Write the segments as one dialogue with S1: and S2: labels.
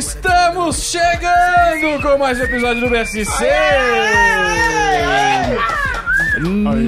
S1: Estamos chegando com mais um episódio do BSC!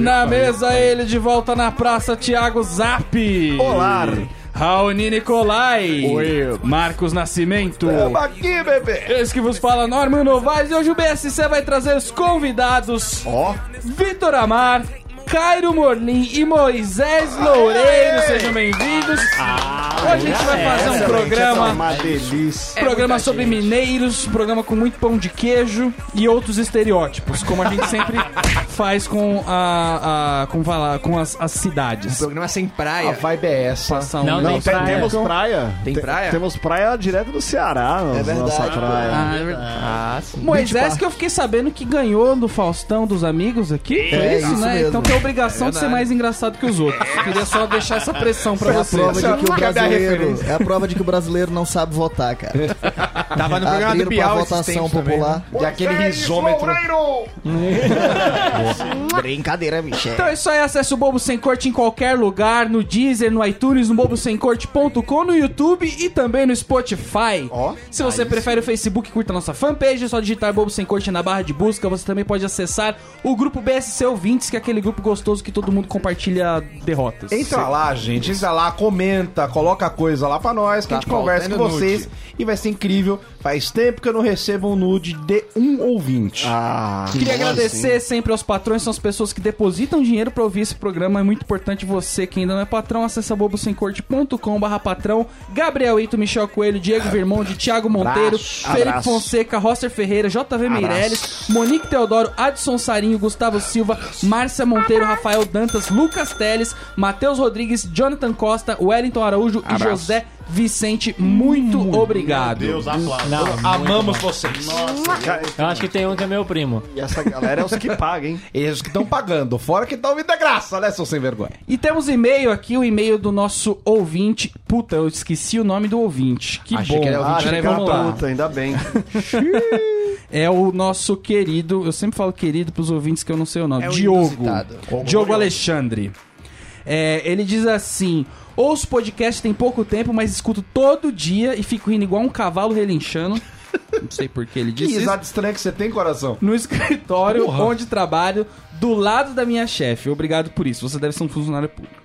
S1: Na mesa, ele de volta na praça, Thiago Zap!
S2: Olá.
S1: Raoni Nicolai!
S2: Oi.
S1: Marcos Nascimento!
S2: Tamo Tá aqui, bebê.
S1: Esse que vos fala, Norman Novaes, e hoje o BSC vai trazer os convidados
S2: Ó,
S1: Vitor Amar, Cairo Morlin e Moisés Loureiro. Sejam bem-vindos!
S2: Ah,
S1: Hoje a gente vai fazer
S2: é
S1: um programa...
S2: uma
S3: É
S2: delícia.
S1: programa sobre mineiros, programa com muito pão de queijo e outros estereótipos, como a gente sempre faz com a, a- com, fala- com as, as cidades.
S4: Programa é sem
S2: A
S4: praia.
S2: vibe é essa.
S1: Passar
S3: Não,
S1: um-
S3: tem praia.
S2: temos praia.
S4: Tem
S2: Te-
S4: praia?
S2: Temos praia direto do Ceará, é
S4: verdade.
S2: nossa praia.
S1: Ah, é verdade.
S4: Ah, sim.
S1: Moisés, que eu fiquei sabendo que ganhou do Faustão dos amigos aqui. Foi
S4: É,
S1: isso,
S4: isso
S1: né?
S4: mesmo.
S1: Então tem a obrigação
S4: É
S1: de
S4: verdade.
S1: ser mais engraçado que os outros. Queria só deixar essa pressão pra
S5: É a
S1: você.
S5: prova de que o
S2: Cadê
S5: brasileiro
S2: a referência?
S5: é a prova de que o brasileiro não sabe votar, cara.
S4: Tava no programa do
S5: Abriram pra
S4: Bial esses
S5: votação
S4: tempos também,
S5: popular.
S2: Ah,
S4: né? De aquele risômetro.
S5: Brincadeira, Michel.
S1: Então é isso aí, acesse o Bobo Sem Corte em qualquer lugar, no Deezer, no iTunes, no bobosemcorte.com, no YouTube e também no Spotify.
S2: Ó,
S1: Se você prefere o Facebook, curta a nossa fanpage, é só digitar Bobo Sem Corte na barra de busca. Você também pode acessar o grupo BSC Ouvintes, que é aquele grupo gostoso que todo mundo compartilha derrotas.
S2: Entra lá, gente. Entra lá, comenta, coloca coisa lá pra nós, que a gente conversa com
S4: Tá faltando
S2: vocês. E vai ser incrível. Faz tempo que eu não recebo um nude de um ouvinte.
S5: Ah,
S1: Queria agradecer sempre aos patrões, são as pessoas que depositam dinheiro pra ouvir esse programa. É muito importante você que ainda não é patrão, acessa bobosemcorte.com barra patrão. Gabriel Ito, Michel Coelho, Diego Vermonde, Thiago Monteiro,
S2: Abraço.
S1: Felipe
S2: Abraço.
S1: Fonseca, Roster Ferreira, JV Meirelles, Monique Teodoro, Adson Sarinho, Gustavo Silva, Márcia Monteiro, Rafael Dantas, Lucas Teles, Matheus Rodrigues, Jonathan Costa, Wellington Araújo e José Vicente. Muito obrigado.
S3: Não,
S2: Amamos vocês.
S3: eu acho que tem um que é meu primo.
S2: E essa galera é os que pagam, hein? Eles que estão pagando. Fora que estão vindo da graça, né, seu sem vergonha?
S1: E temos e-mail aqui, o e-mail do nosso ouvinte. Puta, eu esqueci o nome do ouvinte. Que bom.
S2: é
S4: que era
S1: Ah,
S4: ouvinte
S1: peraí,
S2: Chega
S1: vamos lá.
S2: um puta, ainda bem.
S1: É o nosso querido, eu sempre falo querido pros ouvintes que eu não sei o nome.
S4: É o
S1: Diogo.
S4: inusitado.
S1: Diogo Alexandre. É, ele diz assim: ouço podcast tem pouco tempo, mas escuto todo dia e fico rindo igual um cavalo relinchando. Não sei por que ele
S2: Que
S1: disse isso.
S2: risada estranha que você tem, coração.
S1: no escritório onde trabalho, do lado da minha chefe. Obrigado por isso. Você deve ser um funcionário público.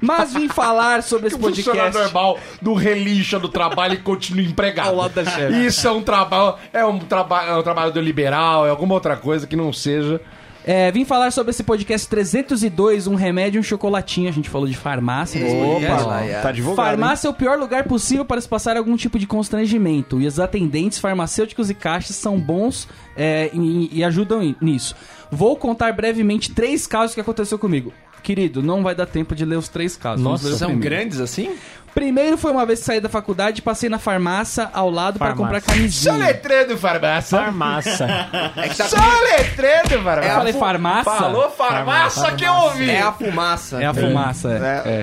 S1: Mas vim falar sobre esse podcast
S6: é
S2: normal do relincha do trabalho e continua empregado.
S1: ao lado da chefe.
S2: Isso é um trabalho, é um trabalho, é um trabalho do liberal, é alguma outra coisa que não seja.
S1: É, vim falar sobre esse podcast 302, um remédio e um chocolatinho. A gente falou de farmácia nesse podcast.
S2: tá advogado.
S1: Farmácia é o pior lugar possível para se passar algum tipo de constrangimento. E os atendentes, farmacêuticos e caixas são bons é, e, e ajudam i- nisso. Vou contar brevemente três casos que aconteceu comigo. Querido, não vai dar tempo de ler os três casos. Vamos
S3: Nossa,
S1: ler o
S4: São
S1: primeiro.
S4: grandes assim?
S1: Primeiro foi uma vez que saí da faculdade, passei na farmácia ao lado para comprar
S3: Farmácia.
S2: Só
S1: camisinha.
S2: letreiro
S3: É
S2: farmácia.
S3: Farmácia.
S4: É que tá...
S2: Só letreiro É
S1: Eu
S2: farmácia.
S1: falei farmácia?
S2: Falou farmácia que eu ouvi.
S4: É a fumaça.
S1: É a fumaça, é.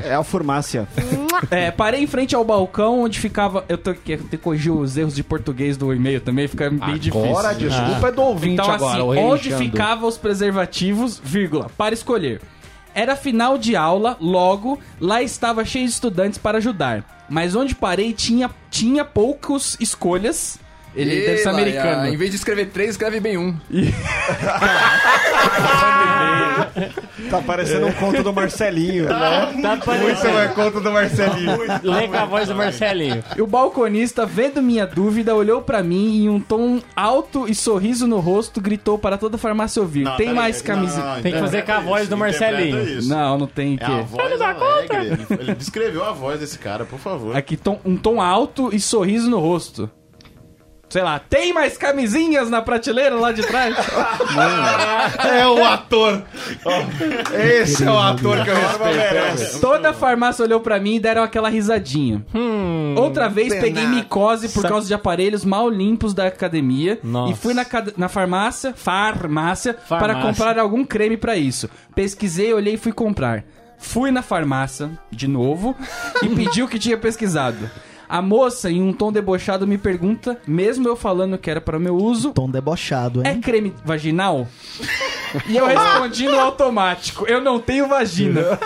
S2: É, a farmácia.
S1: É, parei em frente ao balcão onde ficava. Eu tenho que ter que corrigir os erros de português do e-mail também, fica meio difícil.
S2: Agora a desculpa é do ouvinte
S1: Então,
S2: agora. o
S1: assim, onde
S2: relinchando.
S1: ficavam os preservativos, vírgula, para escolher. Era final de aula, logo, lá estava cheio de estudantes para ajudar. Mas onde parei tinha, tinha poucas escolhas. Ele
S4: Ih,
S1: deve ser
S4: lá,
S1: americano.
S4: ah, Em vez de escrever três, escreve bem um.
S2: Tá parecendo um conto do Marcelinho. né?
S3: Tá parecendo.
S2: é conto do Marcelinho.
S3: Lê com a voz do Marcelinho.
S1: E o balconista, vendo minha dúvida, olhou pra mim e em um tom alto e sorriso no rosto, gritou para toda a farmácia ouvir. Tem mais camisinha?
S3: Tem que fazer com a voz do Marcelinho.
S1: Não, não, tem
S7: É
S1: que.
S7: a voz alegre. Ele, ele descreveu a voz desse cara, por
S2: É
S7: favor.
S1: Aqui, tom- um tom alto e sorriso no rosto. Sei lá, tem mais camisinhas na prateleira lá de trás?
S2: É o ator. Esse é o ator que eu respeito.
S1: Toda a farmácia olhou pra mim e deram aquela risadinha.
S3: Hum,
S1: Outra vez peguei micose por causa de aparelhos mal limpos da academia
S3: Nossa.
S1: e fui na, cade- na farmácia, farmácia, para
S3: Farmácia.
S1: comprar algum creme pra isso. Pesquisei, olhei e fui comprar. Fui na farmácia de novo e pedi o que tinha pesquisado. A moça, em um tom debochado, me pergunta, mesmo eu falando que era para meu uso,
S5: Tom debochado,
S1: é
S5: hein?
S1: creme vaginal? E eu respondi no automático, eu não tenho vagina.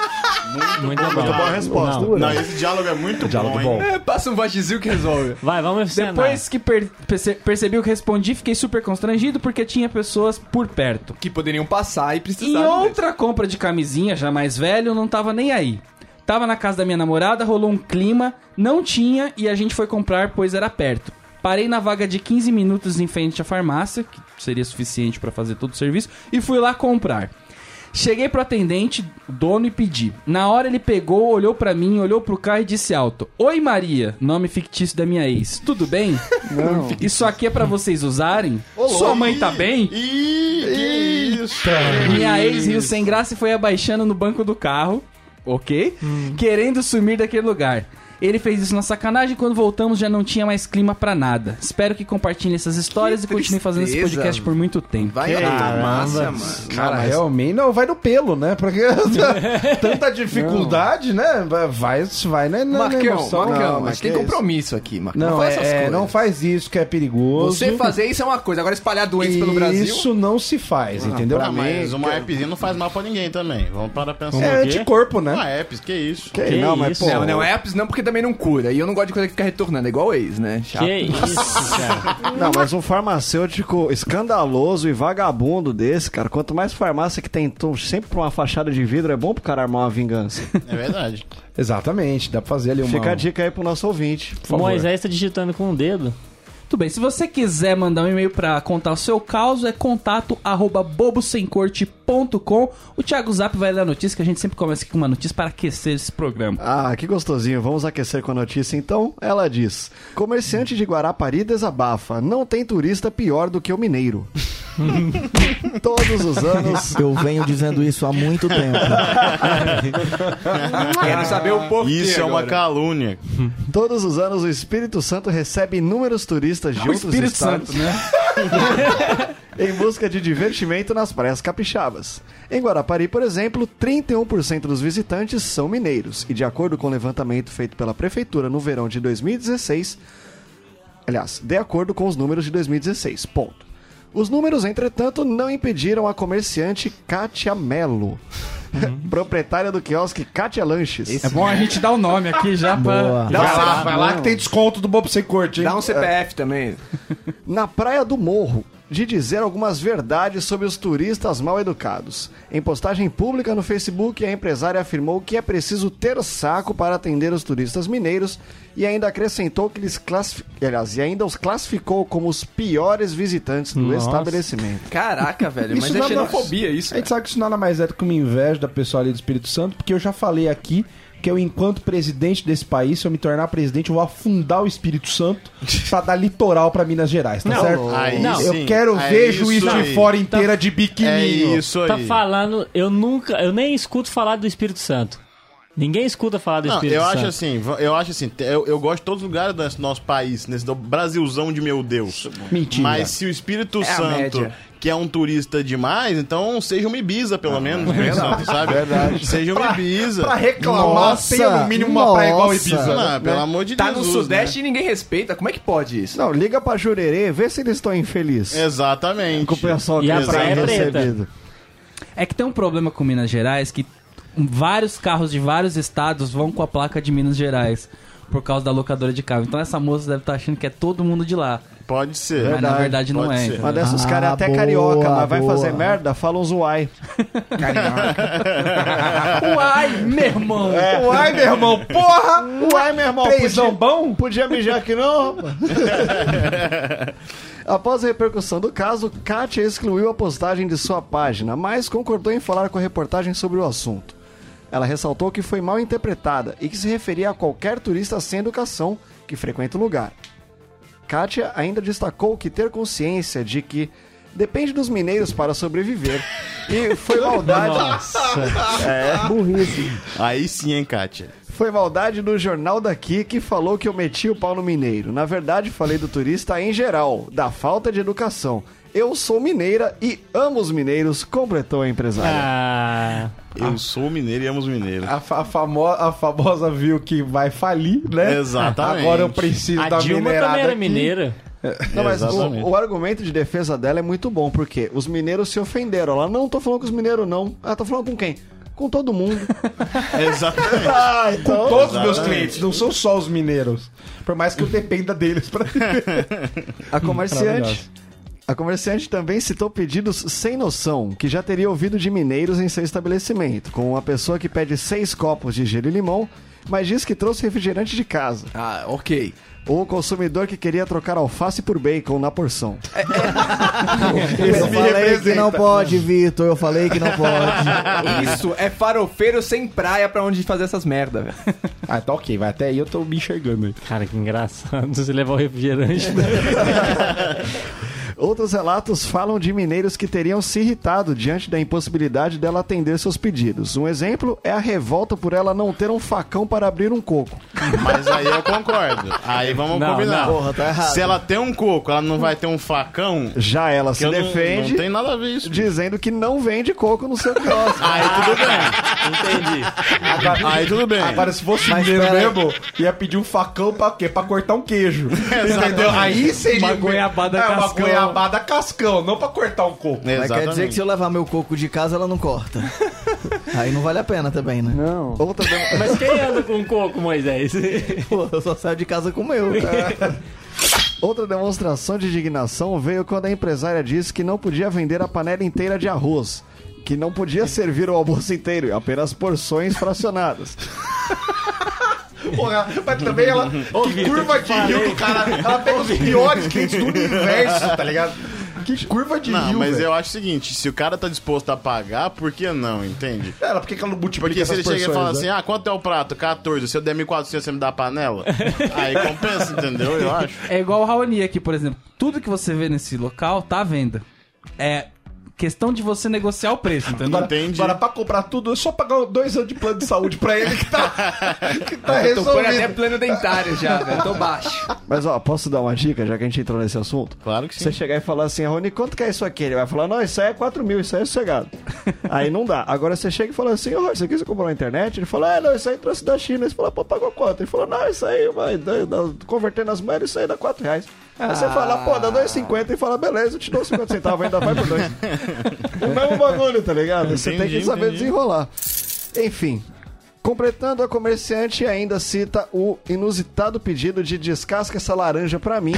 S3: Muito bom.
S7: Muito boa resposta.
S3: Não.
S7: Não, esse diálogo é muito bom, hein?
S4: É, passa um vagizinho que resolve.
S3: Vai, vamos ensinar.
S1: Depois que per- perce- percebi o que respondi, fiquei super constrangido porque tinha pessoas por perto.
S4: Que poderiam passar e
S1: Em
S4: precisar. um
S1: outra compra de camisinha, já mais velho, não tava nem aí. Tava na casa da minha namorada, rolou um clima, não tinha e a gente foi comprar, pois era perto. Parei na vaga de 15 minutos em frente à farmácia, que seria suficiente pra fazer todo o serviço, e fui lá comprar. Cheguei pro atendente, dono, e pedi. Na hora ele pegou, olhou pra mim, olhou pro carro e disse alto: Oi Maria, nome fictício da minha ex, tudo bem? Isso aqui é pra vocês usarem? Sua mãe tá bem?
S7: Ih, que isso.
S1: Minha ex riu sem graça e foi abaixando no banco do carro, ok? Querendo sumir daquele lugar. Ele fez isso na sacanagem quando voltamos já não tinha mais clima pra nada. Espero que compartilhem essas histórias
S4: Que
S1: e continuem fazendo esse
S4: tristeza,
S1: podcast por muito tempo.
S4: Vai
S2: é
S3: Caramba.
S4: na massa, mano.
S2: Cara, realmente, não, vai no pelo, né? Porque tanta dificuldade, né? Vai, vai, vai na, na na
S4: Marcão,
S2: emoção.
S4: Marcão,
S2: Não,
S4: mas
S2: mas
S4: tem
S2: que é isso?
S4: compromisso aqui, Marcão.
S2: Não,
S4: faz
S2: é-
S4: essas
S2: é,
S4: coisas.
S2: não faz isso que é perigoso.
S4: Você fazer isso é uma coisa, agora espalhar doença pelo Brasil.
S2: Isso não se faz, entendeu?
S7: Ah, mas uma appzinha não faz mal pra ninguém também. Vamos parar pra pensar.
S2: É
S3: quê?
S2: anticorpo, né?
S7: Uma apps, que isso.
S2: Que-
S3: Que
S2: não, mas
S3: isso?
S2: pô,
S3: Não,
S4: Não, não, apps não, porque também não cura. E eu não gosto de coisa que fica retornando, é igual ex, né? Chato.
S3: Que isso, cara.
S6: Não, mas um farmacêutico escandaloso e vagabundo desse, cara, quanto mais farmácia que tem então, sempre pra uma fachada de vidro, é bom pro cara armar uma vingança.
S7: É verdade.
S2: Exatamente, dá pra fazer ali uma...
S6: Fica a dica aí pro nosso ouvinte.
S3: O Moisés tá digitando com o dedo.
S1: Tudo bem, se você quiser mandar um e-mail pra contar o seu caso, é contato arroba bobosemcorte.com. O Thiago Zap vai ler a notícia, que a gente sempre começa aqui com uma notícia para aquecer esse programa.
S6: Ah, que gostosinho. Vamos aquecer com a notícia então. Ela diz: Comerciante de Guarapari desabafa. Não tem turista pior do que o mineiro. Todos os anos.
S5: Eu venho dizendo isso há muito tempo.
S4: Quero saber o porquê.
S7: Isso é uma
S4: agora.
S7: calúnia.
S6: Todos os anos o Espírito Santo recebe inúmeros turistas de outros
S1: Ah, Espírito
S6: estados
S1: Santo, né?
S6: em busca de divertimento nas praias capixabas. Em Guarapari, por exemplo, 31% dos visitantes são mineiros. E de acordo com o levantamento feito pela prefeitura no verão de 2016, Aliás, de acordo com os números de 2016. Ponto. Os números, entretanto, não impediram a comerciante Kátia Mello,
S1: Uhum.
S6: proprietária do quiosque Kátia Lanches.
S1: É bom a gente dar o nome aqui já pra...
S5: Boa.
S2: Vai lá, vai lá que tem desconto do Bobo Sem Corte, hein?
S4: Dá um CPF também.
S6: na Praia do Morro de dizer algumas verdades sobre os turistas mal educados. Em postagem pública no Facebook, a empresária afirmou que é preciso ter saco para atender os turistas mineiros e ainda acrescentou que eles classific... aliás, e ainda os classificou como os piores visitantes do
S3: Nossa.
S6: estabelecimento.
S4: Caraca, velho, mas é
S2: nada-
S4: xenofobia isso. né?
S2: A gente sabe que isso nada mais é do que uma inveja da pessoa ali do Espírito Santo, porque eu já falei aqui que eu, enquanto presidente desse país, se eu me tornar presidente, eu vou afundar o Espírito Santo pra dar litoral pra Minas Gerais, tá certo?
S6: Ah,
S7: aí
S3: não.
S2: eu
S7: sim.
S2: quero
S7: É
S2: ver
S7: isso
S2: juiz de
S7: aí.
S2: fora inteira de
S7: É
S2: biquininho.
S7: isso aí.
S3: Tá falando, eu nunca, eu nem escuto falar do Espírito Santo. Ninguém escuta falar do
S7: Não,
S3: Espírito
S7: eu
S3: Santo.
S7: acho assim, va- eu acho assim, te- eu, eu gosto de todos os lugares do nosso país, nesse do Brasilzão de meu Deus.
S2: é Mentira.
S7: Mas se o Espírito
S4: a
S7: Santo,
S4: média.
S7: que é um turista demais, então seja uma Ibiza, pelo menos, Espírito Santo, sabe? Verdade. Seja uma Ibiza.
S2: Pra reclamar,
S5: Nossa,
S2: tem no mínimo uma praia igual
S5: nossa.
S2: Ibiza.
S7: Não,
S2: né?
S7: pelo amor de né?
S4: Tá no
S7: Deus.
S4: Sudeste e ninguém respeita. Como é que pode isso?
S6: Não, liga pra Jurerê, vê se eles estão infelizes.
S7: Né? Exatamente.
S6: Com o pessoal
S3: E
S6: que
S3: a
S6: eles têm
S3: praia é preta.
S6: recebido.
S1: É que tem um problema com Minas Gerais que vários carros de vários estados vão com a placa de Minas Gerais por causa da locadora de carro. Então essa moça deve estar achando que é todo mundo de lá.
S7: Pode ser.
S1: mas na verdade não
S7: pode
S1: é.
S7: ser.
S1: entendeu?
S6: Mas dessas
S5: Ah,
S6: caras até
S5: boa,
S6: carioca, mas vai
S5: boa.
S6: fazer merda, fala um zoai.
S1: Uai, meu irmão!
S2: É. Uai, meu irmão, porra!
S6: Uai, meu irmão,
S2: Peizão bom?
S6: Podia mijar aqui não? Após a repercussão do caso, Kátia excluiu a postagem de sua página, mas concordou em falar com a reportagem sobre o assunto. Ela ressaltou que foi mal interpretada e que se referia a qualquer turista sem educação que frequenta o lugar. Kátia ainda destacou que ter consciência de que depende dos mineiros para sobreviver e foi maldade. É.
S7: Aí sim, hein, Kátia.
S6: Foi maldade do jornal daqui que falou que eu meti o pau no mineiro. Na verdade, falei do turista em geral, da falta de educação. Eu sou mineira e amo os mineiros, completou a empresária.
S3: Ah,
S7: Eu sou mineiro e amo os mineiros.
S2: A, fa- a famo- a famosa viu que vai falir, né?
S7: Exatamente.
S2: Agora eu preciso
S3: a
S2: da
S3: Dilma
S2: minerada
S3: também era
S2: aqui.
S3: mineira.
S6: Não, mas
S7: Exatamente.
S6: o, o argumento de defesa dela é muito bom, porque os mineiros se ofenderam. Ela não tô falando com os mineiros, não. Ela tá falando com quem? Com todo mundo.
S7: Exatamente.
S2: Ah, então, com todos os meus
S7: Exatamente.
S2: clientes, não são só os mineiros. Por mais que eu dependa deles pra
S6: A comerciante. A comerciante também citou pedidos sem noção, que já teria ouvido de mineiros em seu estabelecimento, como uma pessoa que pede seis copos de gelo e limão, mas diz que trouxe refrigerante de casa.
S4: Ah, ok.
S6: Ou o consumidor que queria trocar alface por bacon na porção.
S5: Eu falei que não pode, Vitor. Eu falei que não pode.
S4: Isso é farofeiro sem praia pra onde fazer essas merda, velho.
S2: Ah, tá ok, vai até aí eu tô me enxergando aí.
S3: Cara, que engraçado. Você levar o refrigerante.
S6: Outros relatos falam de mineiros que teriam se irritado diante da impossibilidade dela atender seus pedidos. Um exemplo é a revolta por ela não ter um facão para abrir um coco.
S7: Mas aí eu concordo. Aí vamos
S3: Não,
S7: combinar.
S3: não.
S5: Porra, tá errado.
S7: Se ela tem um coco, ela não vai ter um facão.
S6: Já ela
S7: Que
S6: se
S7: eu não-
S6: defende
S7: Não, tem nada a ver isso.
S6: dizendo que não vende coco no seu quiosque.
S7: Aí tudo bem. Entendi. aí tudo bem.
S2: Agora, se fosse mineiro mesmo, ia pedir um facão pra quê? Pra cortar um queijo. Entendeu? Aí seria.
S1: Uma goiabada
S2: é, Uma
S1: cascão.
S2: goiabada cascão, não pra cortar um coco.
S5: Mas
S7: Exatamente.
S5: quer dizer que se eu levar meu coco de casa, ela não corta. Aí não vale a pena também, né?
S6: Outra dem-
S3: Mas quem anda com coco, Moisés?
S5: Pô, eu só saio de casa com o meu.
S6: Outra demonstração de indignação veio quando a empresária disse que não podia vender a panela inteira de arroz, que não podia servir o almoço inteiro, apenas porções fracionadas.
S2: Porra, mas também ela. que curva de rio do cara. Ela pega os piores clientes do universo, tá ligado? Que curva de
S7: Não,
S2: rio.
S7: mas
S2: velho.
S7: eu acho o seguinte, se o cara tá disposto a pagar, por que não, entende?
S2: Ela, por que, que ela não multiplica
S7: Tipo, Porque se ele
S2: essas
S7: chega e fala
S2: porções,
S7: assim,
S2: né?
S7: ah, quanto é o prato? 14, se eu der 1.400, você me dá a panela? Aí compensa, entendeu? Eu acho.
S1: É igual o Raoni aqui, por exemplo. Tudo que você vê nesse local tá à venda. É questão de você negociar o preço, entendeu?
S7: Entende?
S2: Agora, pra comprar tudo, é só pagar dois anos de plano de saúde pra ele que tá, que tá
S7: Então
S4: Tô pondo até
S2: resolvido.
S4: plano dentário já, velho. Tô baixo.
S6: Mas ó, posso dar uma dica, já que a gente entrou nesse assunto?
S7: Claro que
S6: Você
S7: sim.
S6: chegar e falar assim, Rony, quanto que é isso aqui? Ele vai falar, não, isso aí é 4 mil, isso aí é sossegado. aí não dá. Agora você chega e fala assim, ô, Rony, isso aqui você comprou na internet? Ele fala, ah, não, isso aí trouxe da China. Ele fala, pô, pagou quanto? Ele fala, não, isso aí, vai, dá- dá- convertendo as moedas, isso aí dá 4 reais. Aí você fala, pô, dá 2,50 e fala, beleza, eu te dou 50 centavos, ainda vai por dois. o mesmo bagulho, tá ligado? Você tem que
S7: Entendi,
S6: saber
S7: entendi.
S6: desenrolar. Enfim, Completando, a comerciante ainda cita o inusitado pedido de descasca essa laranja pra mim.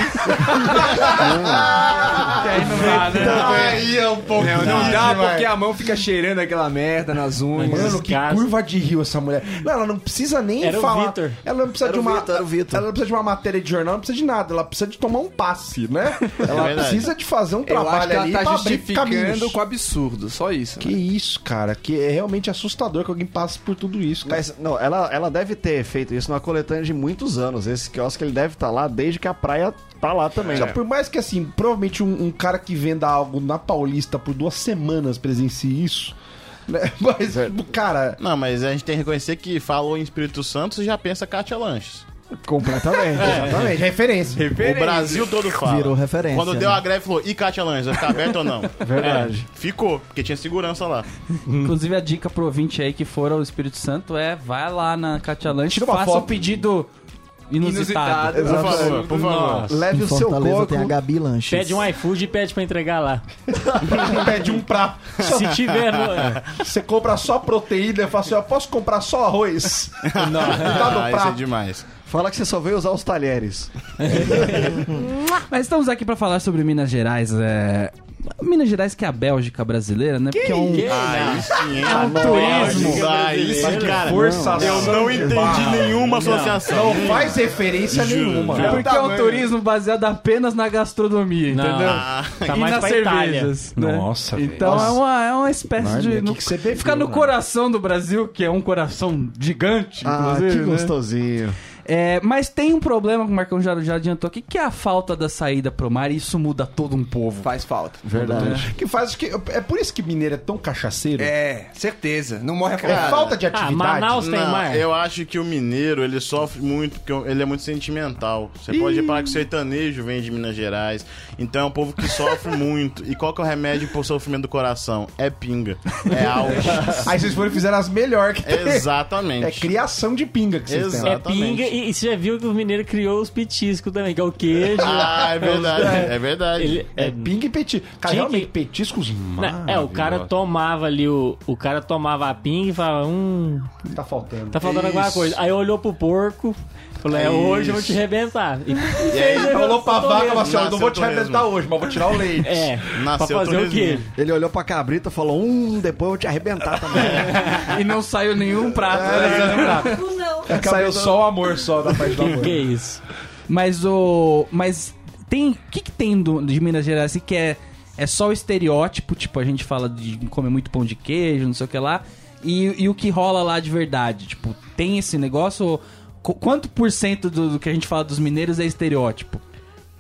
S2: Aí é um pouco.
S4: Não, não dá
S2: demais.
S4: porque a mão fifica cheirando aquela merda nas unhas.
S2: Mano, que
S3: Descaso.
S2: curva de rio essa mulher. Não, ela não precisa nem
S3: Era o
S2: falar.
S3: Vitor.
S2: Ela não precisa
S5: Era
S2: de
S5: o
S2: uma.
S5: Vitor, era o Vitor.
S2: Ela não precisa de uma matéria de jornal, não precisa de nada. Ela precisa de tomar um passe, né? Ela
S7: É verdade.
S2: precisa de fazer um
S4: Eu
S2: trabalho
S4: acho que ela
S2: ali
S4: tá
S2: pra abrir
S4: justificando
S2: caminhos.
S4: com absurdo, só isso. né?
S2: Que isso, cara. Que é realmente assustador que alguém passe por tudo isso, cara.
S6: Mas, não, ela, ela deve ter feito isso numa coletânea de muitos anos. Esse quiosque ele deve estar lá desde que a praia tá lá também.
S2: Já Por mais que, assim, provavelmente um, um cara que venda algo na Paulista por duas semanas presencie isso, né? Mas, tipo, cara,
S7: Não, mas a gente tem que reconhecer que falou em Espírito Santo, você já pensa Cátia Lanches.
S6: Completamente.
S2: exatamente, referência.
S7: O Brasil todo fala.
S5: Virou referência,
S7: Quando deu
S5: né?
S7: a greve, falou, e Cátia Lanches, vai ficar aberto ou não?
S6: Verdade.
S7: É, ficou, porque tinha segurança lá.
S1: Inclusive, a dica pro ouvinte aí que for ao Espírito Santo é vai lá na Katia Lanche,
S2: Tira uma
S1: faça
S2: foto.
S1: um pedido inusitado.
S4: Inusitado.
S7: Por favor, por favor.
S3: Nossa.
S6: Leve
S5: Em
S6: o seu
S5: Fortaleza
S6: coco.
S5: tem a Gabi Lanches.
S3: Pede um iFood e pede pra entregar lá.
S2: Pede um prato.
S3: Se tiver. no-
S2: Você compra só proteína e fala assim: eu posso comprar só arroz? Não, tá no
S7: Ah, isso é
S2: prato.
S7: demais.
S6: Fala que você só veio usar os talheres.
S1: Mas estamos aqui pra falar sobre Minas Gerais. É... Minas Gerais que é a Bélgica brasileira, né? Porque é um...
S7: Aí sim, hein? Ah,
S1: turismo.
S7: Aí sim, cara.
S2: Força
S7: Eu não entendi nenhuma associação.
S2: Tá, Não faz referência
S7: Juro,
S2: nenhuma.
S7: juro.
S1: Porque é um turismo baseado apenas na gastronomia,
S3: Não.
S1: entendeu?
S7: Ah,
S3: Tá mais pra Itália.
S1: né?
S2: Nossa, velho.
S1: Então é uma, é uma espécie
S2: Narnia,
S1: de.
S2: que
S1: no-
S2: que você bebeu,
S1: fica no
S2: né?
S1: coração do Brasil, que é um coração gigante,
S6: Ah,
S1: inclusive.
S6: que
S1: né?
S6: gostosinho.
S1: É, mas tem um problema que o Marcão já, já adiantou aqui, que é a falta da saída pro mar, e isso muda todo um povo.
S4: Faz falta.
S2: Verdade. Que faz que. É por isso que mineiro é tão cachaceiro.
S4: É, certeza. Não morre a
S2: É
S4: fome.
S2: falta de
S3: Ah,
S2: atividade.
S3: Manaus tem
S7: Não,
S3: mar.
S7: eu acho que o mineiro, ele sofre muito, porque ele é muito sentimental. Você pode reparar que o sertanejo vem de Minas Gerais. Então é um povo que sofre muito. E qual que é o remédio pro sofrimento do coração? É pinga. É álcool.
S2: Aí vocês foram e fizeram as melhores que tem.
S7: Exatamente.
S2: É criação de pinga que vocês
S7: Exato.
S2: têm.
S3: É
S2: lá.
S7: exatamente.
S3: pinga e, e você já viu que o mineiro criou os petiscos também, que é o queijo.
S7: Ah, é verdade. É verdade.
S3: Ele-
S2: É Né? pinga e petisco. Cara,
S3: Tinha
S2: realmente,
S3: que-
S2: petiscos
S3: Não, é, o cara
S2: maravilhosos.
S3: tomava ali o. O cara tomava a pinga e falava, hum,
S2: Tá faltando.
S3: tá faltando alguma
S7: Isso.
S3: coisa. Aí olhou pro porco, falou, é, hoje eu vou te arrebentar. E,
S7: E aí,
S2: Falou pra vaca, falou assim, ó,
S7: Nasceu
S2: não vou te
S7: torresmo.
S2: arrebentar hoje, mas vou tirar o leite.
S3: é, pra
S7: Nasceu
S3: fazer o quê?
S7: torresminho.
S6: Ele olhou pra cabrita e falou: Hum, depois eu vou te arrebentar também.
S1: e não saiu nenhum prato. né?
S8: Cusão.
S2: Saiu só o amor só da parte do
S3: Que,
S2: amor.
S3: que é isso?
S1: Mas o. Mas tem. O que, que tem do- de Minas Gerais assim, que é, é só o estereótipo? Tipo, a gente fala de comer muito pão de queijo, não sei o que lá. E, e o que rola lá de verdade? Tipo, tem esse negócio? Qu- Quanto por cento do, do que a gente fala dos mineiros é estereótipo?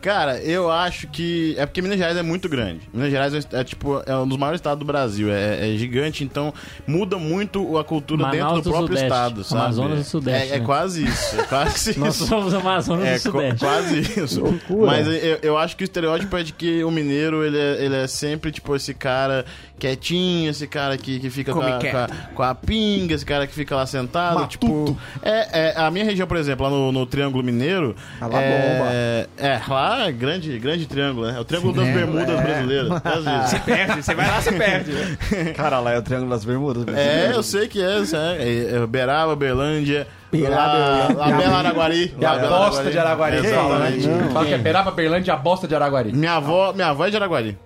S7: Cara, eu acho que. É porque Minas Gerais é muito grande. Minas Gerais é, est- é, tipo é um dos maiores estados do Brasil. É, é gigante, então muda muito a cultura
S3: Manaus
S7: dentro do,
S3: do
S7: próprio
S3: Sudeste,
S7: estado, sabe?
S3: Amazonas do Sudeste,
S7: É, é
S3: né?
S7: quase isso. É quase
S3: Nós
S7: isso.
S3: somos Amazonas
S7: É
S3: do
S7: co-
S3: Sudeste.
S7: quase isso. Mas eu, eu acho que o estereótipo é de que o mineiro, ele é, ele é sempre, tipo, esse cara quietinho, esse cara que, que fica com
S4: Come
S7: a,
S4: quieto.
S7: com, a, com a pinga, esse cara que fica lá sentado. Tipo, é, é, a minha região, por exemplo, lá no, no Triângulo Mineiro.
S2: lá
S7: é, é, lá é grande, grande triângulo, né? É o Triângulo das Bermudas brasileiras. Quase isso.
S4: Perde, você vai lá, você perde.
S8: né?
S6: Cara, lá é o Triângulo das Bermudas.
S7: É, eu sei que é, é, é, é Beraba, Berlândia, Beraba, lá, lá Bela Araguari.
S2: E
S7: lá
S2: a
S7: Bela
S2: bosta de Araguari. eles falam, né?
S7: Exatamente.
S2: Fala que é Peraba, Berlândia e a bosta de Araguari.
S7: Minha avó, minha avó é de Araguari.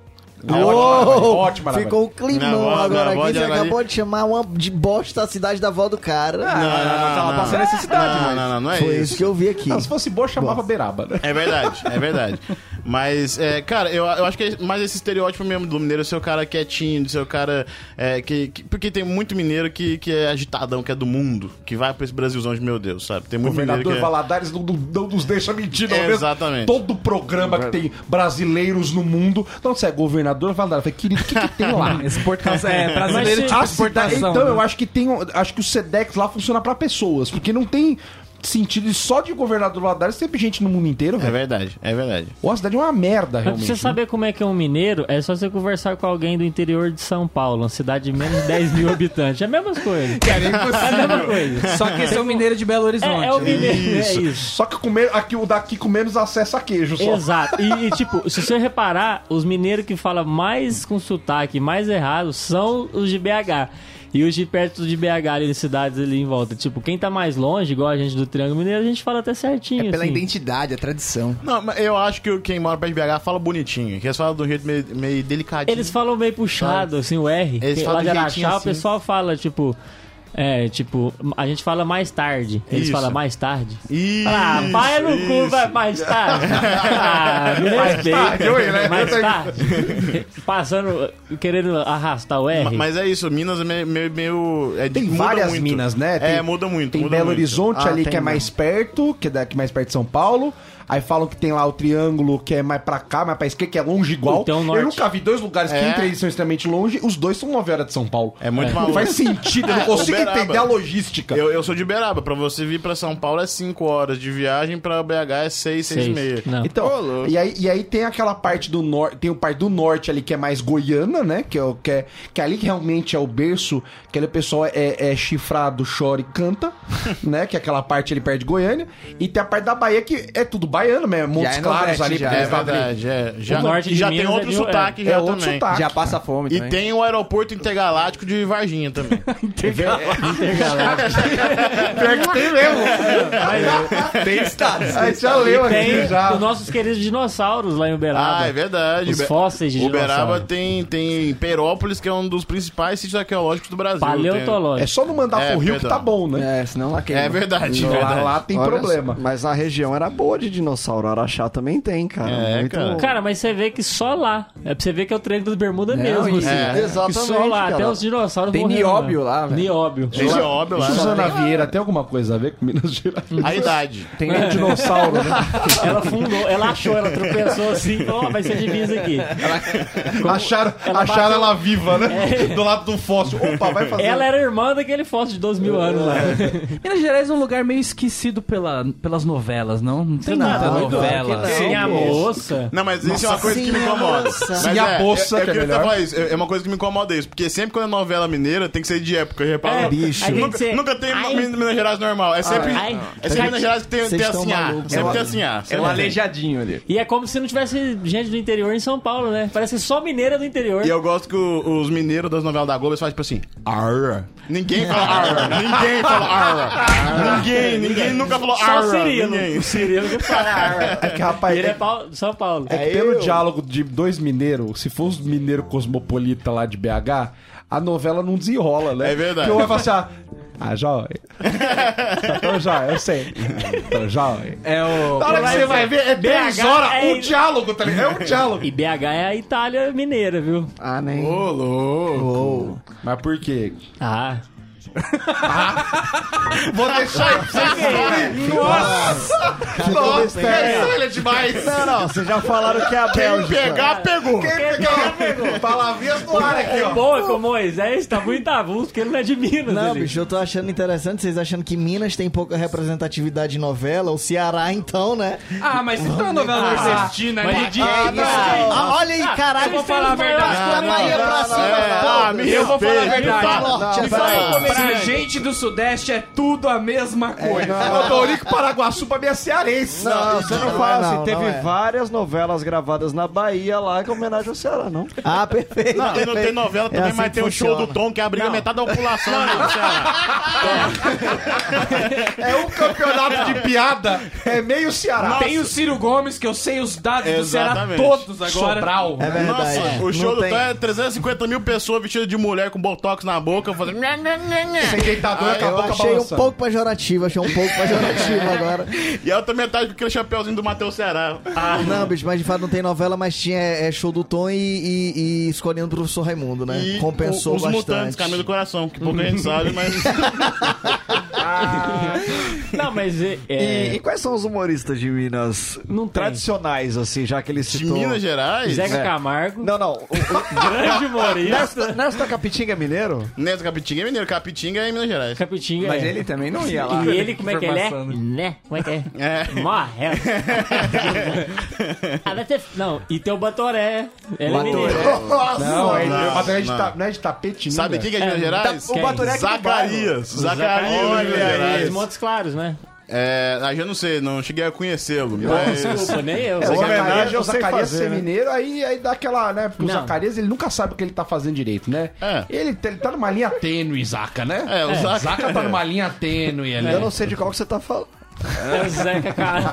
S2: Ótimo, ótimo, Araguari.
S5: Ficou o climão
S7: Minha avó-
S5: agora
S7: minha avó
S5: aqui.
S7: de
S5: Você
S7: Araguari.
S5: acabou de chamar uma de bosta a cidade da avó do cara.
S7: não, não,
S2: passando necessidade,
S7: não,
S2: mas-
S7: não, não, não é
S5: Foi
S7: isso.
S5: isso que eu vi aqui.
S2: Não, se fosse boa, chamava Beraba, né?
S7: É verdade, é verdade. Mas, é, cara, eu, eu acho que é mais esse estereótipo mesmo do mineiro, ser o cara quietinho, de ser o cara é, que, que- Porque tem muito mineiro que, que é agitadão, que é do mundo, que vai pra esse Brasilzão de meu Deus, sabe? Tem
S2: O
S7: muito mineiro que
S2: governador
S7: é...
S2: Valadares não, não- não nos deixa mentir, não é mesmo?
S7: Exatamente.
S2: Todo programa que tem brasileiros no mundo. Não, você é governador Valadares. Eu Falei, querido, o que, que tem lá?
S1: Exportação. É, brasileiro
S3: Mas se-
S1: tipo
S2: Ah, cidade-
S1: exportação.
S2: então
S1: né?
S2: eu acho que tem. um- Acho que o SEDEX lá funciona pra pessoas, porque não tem sentido. E só de governador Valadares tem gente no mundo inteiro,
S7: É
S2: velho.
S7: verdade, é verdade.
S2: Ou a cidade é uma merda,
S3: Mas pra
S7: né?
S2: realmente. né?
S3: você saber como é que é um mineiro, é só você conversar com alguém do interior de São Paulo, uma cidade de menos de 10 mil habitantes. É a mesma coisa.
S1: Cara, é impossível.
S3: É a mesma coisa.
S1: Só que esse é o mineiro de Belo
S3: É,
S1: Horizonte.
S3: é o
S1: né?
S3: mineiro, é isso.
S2: Só que com menos- aqui, o daqui com menos acesso a queijo. Só.
S3: Exato. E, e, tipo, se você reparar, os mineiros que falam mais com sotaque, mais errado, são os de BH. E os de perto de BH, ali, nas cidades ali em volta. Tipo, quem tá mais longe, igual a gente do Triângulo Mineiro, a gente fala até certinho.
S4: É pela
S3: assim.
S4: identidade, a tradição.
S7: Não, mas eu acho que quem mora perto de BH fala bonitinho, que eles falam de um jeito meio, meio delicadinho.
S3: Eles falam meio puxado, assim, o R.
S7: Eles
S3: Que
S7: falam
S3: lá de
S7: do
S3: Araxá,
S7: jeitinho
S3: o
S7: assim.
S3: pessoal fala, tipo. É, tipo, a gente fala mais tarde. Eles
S7: Isso.
S3: falam mais tarde.
S7: Isso,
S3: Ah, vai no cu,
S7: isso.
S3: vai mais tarde. Ah, me respeita.
S2: oi, né?
S3: é Mais tarde. Passando, querendo arrastar o
S7: Ma-
S3: R.
S7: Mas é isso, Minas é meio. meio, meio- é,
S2: Tem
S7: muda
S2: várias
S7: muito.
S2: minas, né? Tem-
S7: é, muda muito.
S2: Tem
S7: muda
S2: Belo
S7: muito. né?
S2: Horizonte
S6: Ah,
S2: ali
S6: tem
S2: que é mais perto, que é daqui mais perto de São Paulo. Aí falam que tem lá o triângulo que é mais pra cá, mais pra esquerda, que é longe igual.
S3: Então, norte.
S2: Eu nunca vi dois lugares que
S7: É.
S2: entre eles são extremamente longe, os dois são 9 horas de São Paulo.
S7: É muito
S2: Não
S7: maluco. É.
S2: faz sentido, eu não consigo
S7: Uberaba.
S2: entender a logística.
S7: Eu, eu sou de Uberaba, pra você vir pra São Paulo é 5 horas de viagem, pra BH é 6, 6 e meia.
S3: Não.
S2: Então, e, aí, e aí tem aquela parte do norte, tem o parte do norte ali que é mais goiana, né? Que é, o- que é, que é ali que realmente é o berço, que ali o pessoal é, é chifrado, chora e canta, né? Que é aquela parte ali perto de Goiânia. E tem a parte da Bahia que é tudo baiano, né? Montes
S4: é
S2: Claros
S4: Nordeste,
S2: ali,
S4: já,
S2: porque
S7: É
S2: eles estavam ali.
S7: verdade, é. Já,
S3: O norte de
S7: já tem
S3: Minas
S7: outro
S3: é de-
S7: sotaque,
S2: é
S7: já
S2: outro
S7: também.
S2: sotaque.
S4: Já passa fome
S7: E
S4: também.
S7: tem o aeroporto intergaláctico de Varginha também.
S4: é.
S2: Pior que tem mesmo.
S4: Tem estados.
S2: Aí já leu né? aqui
S3: Tem os
S2: já.
S3: nossos queridos dinossauros lá em Uberaba.
S7: ah, é verdade.
S3: Os fósseis de
S7: Uberaba
S3: dinossauro.
S7: tem, tem Perópolis, que é um dos principais sítios arqueológicos do Brasil.
S2: É
S3: Paleontológico.
S2: só não mandar
S7: É,
S2: pro Rio que
S7: perdão.
S2: tá bom, né?
S4: É, senão lá
S7: Tem-
S4: queima.
S7: É verdade,
S2: Lá,
S7: verdade.
S2: lá tem
S6: Olha
S2: problema.
S6: só, Mas a região era boa de Dinossauro Araxá também tem, cara.
S7: É,
S6: Muito
S7: cara.
S6: bom.
S3: Cara, mas você vê que só lá. É pra você ver que é o treino dos Bermuda mesmo.
S6: e-
S3: assim.
S6: é,
S3: Que
S6: exatamente,
S3: Só lá,
S6: cara.
S3: até os dinossauros
S4: Tem
S3: morreram,
S4: nióbio
S3: né?
S4: lá, velho.
S3: Nióbio.
S7: Esse óbvio lá.
S2: Suzana Vieira tem alguma coisa a ver com Minas Gerais?
S7: A idade.
S4: Tem um dinossauro, né?
S3: Ela fundou, ela achou, ela tropeçou assim, ó, vai ser divisa aqui.
S2: acharam ela, acharam ela viva, né? Do lado do fóssil. Opa, vai fazer.
S3: Ela era irmã daquele fóssil de 12 mil anos lá.
S1: Minas Gerais é um lugar meio esquecido pela, pelas novelas, não? Não tem nada
S5: não,
S1: novela.
S5: claro que
S3: Sim, a moça.
S7: Não, mas isso é uma coisa que me incomoda. Mas
S2: Sim, a
S7: é,
S2: bolsa,
S7: eu, eu
S2: que é
S7: queria até
S2: melhor.
S7: falar isso. É é uma coisa que me incomoda isso. Porque sempre quando é novela mineira, tem que ser de época, repara.
S3: É, bicho. aí tem que
S7: Nunca,
S3: ser-
S7: nunca tem
S3: Ai.
S7: uma menina de Minas Gerais normal. É sempre,
S3: Ai.
S7: é sempre
S3: Ai.
S7: Minas Gerais que tem,
S5: Vocês
S7: tem
S5: estão
S7: assim A.
S5: malucos.
S7: Sempre
S5: É
S7: tem assim A.
S4: É
S7: Sempre
S4: um
S7: tem.
S4: aleijadinho ali.
S3: E é como se não tivesse gente do interior em São Paulo, né? Parece que só mineira do interior.
S7: E eu gosto que o- os mineiros das novelas da Globo eles fazem tipo assim, arra. Ninguém fala arra. Ninguém fala arra. Ninguém, ninguém nunca falou
S3: Só
S7: arra.
S3: o Cirilo.
S7: Ninguém.
S3: O Cirilo que fala.
S2: É que, rapaz,
S3: Ele
S2: é
S3: é pau- São Paulo.
S2: É que pelo diálogo de dois mineiros, se for os mineiros cosmopolita lá de BH, a novela não desenrola, né?
S7: É verdade.
S2: Porque um vai falar assim, ah, ah jóia. tá tão jóia, eu sei. Então, jóia.
S1: É o.
S2: Na hora que
S3: Vai
S2: você
S3: ser-
S2: vai ver, é
S3: BH
S2: três horas,
S3: é-
S2: um diálogo, tá ligado? É um diálogo.
S3: E BH é a Itália mineira, viu?
S6: Ah, nem.
S7: Ô, louco.
S2: Mas por quê?
S3: Ah.
S7: Vou deixar isso pra vocês. Nossa, é é demais.
S5: Não, não, vocês já falaram que é a
S7: Quem
S5: Bélgica.
S7: pegar, pegou.
S2: Palavrinhas no ar aqui,
S3: É bom, é que o Moisés tá muito avulso, porque ele não é de Minas.
S5: Não,
S3: ele.
S5: né, bicho, eu tô achando interessante vocês achando que Minas tem pouca representatividade em novela, o Ceará então, né?
S1: Ah, mas se tem uma novela nordestina,
S3: Mas
S1: né?
S3: de- de-
S5: Não, ah, olha aí, caralho,
S3: vocês têm os maiores
S5: Da
S3: problemas.
S5: Bahia pra
S7: É,
S5: cima,
S7: ah, me
S1: Eu vou falar a
S7: respeita, me
S1: verdade.
S7: fala.
S5: norte,
S7: me
S5: pra-
S7: fala.
S1: Pra gente do Sudeste é tudo a mesma coisa.
S2: ó. Odorico É Paraguaçu pra minha cearense.
S6: Não, você não,
S5: não
S6: fala
S5: é, não,
S6: assim.
S5: não
S6: Teve
S5: é.
S6: várias novelas gravadas na Bahia lá que homenagem ao Ceará, não.
S5: Ah, perfeito.
S7: Não, e não tem
S5: perfeito.
S7: novela também,
S5: É assim
S7: mas
S5: que
S7: tem o show
S5: funciona.
S7: do Tom que abriga metade da população. né, Ceará?
S2: É um campeonato de piada, é meio Ceará.
S1: Tem o Ciro Gomes, que eu sei os dados
S7: Exatamente.
S1: do Ceará todos agora. Sobral.
S5: É verdade.
S7: Nossa,
S5: Não
S7: o show do
S5: tem.
S7: Tom é 350 mil pessoas vestidas de mulher com botox na boca, fazendo. Nha, nha, nha, nha.
S2: Tem deitador,
S7: Ah,
S2: com a
S5: Eu
S2: boca
S5: achei um
S2: balançando.
S5: pouco pejorativo, achei um pouco pejorativo agora.
S7: E a outra metade com aquele chapéuzinho do Matheus Ceará. Ah,
S5: Não, bicho, mas de fato não tem novela, mas tinha é, show do Tom e, e, e escolhendo o professor Raimundo, né?
S7: e
S5: Compensou
S7: o- os
S5: bastante.
S7: mutantes, caminho do coração, que pouca gente sabe, mas.
S3: Não, mas é, é,
S6: E, e quais são os humoristas de Minas
S3: Não tem.
S6: tradicionais, assim, já que ele
S7: De
S6: citou?
S7: Minas Gerais?
S3: Zeca Camargo,
S6: Não, não. O- o-
S3: grande humorista.
S6: Nesta, Nesta Capitinga é mineiro?
S7: Neto Capitinga é mineiro, Capitinga é em Minas Gerais.
S3: Capitinga.
S4: Mas
S3: é.
S4: ele também não ia lá.
S3: E ele, como é que ele é?
S1: Informação,
S3: Né? Como é que é?
S7: É.
S3: Morre. Ah, vai ter- Não, e tem o Batoré. Ele é mineiro.
S2: Nossa, não, é,
S7: não,
S2: mas não é de,
S7: não.
S2: ta- não é de tapete, não.
S7: Sabe
S2: velho.
S7: quem que é de Minas Gerais?
S3: tá o Batoré
S6: é aqui do
S7: Zacarias. Zacarias. de Minas
S3: Olha aí.
S7: Gerais.
S3: Os Montes Claros, né?
S7: É, aí eu não sei, não cheguei a conhecê-lo, mas...
S3: Desculpa, nem eu.
S2: O Zacarias,
S6: eu
S2: o
S6: sei
S2: Zacarias
S6: fazer,
S2: ser
S6: né?
S2: mineiro, aí, aí dá aquela, né? Porque o
S3: Não.
S2: Zacarias, ele nunca sabe o que ele tá fazendo direito, né?
S7: É.
S2: Ele, tá- ele tá numa linha tênue, Zaca, né?
S7: É, o Zaca- É.
S2: Zaca tá numa linha tênue ali.
S6: Eu não sei de qual que você tá falando.
S3: É o Zeca Camargo.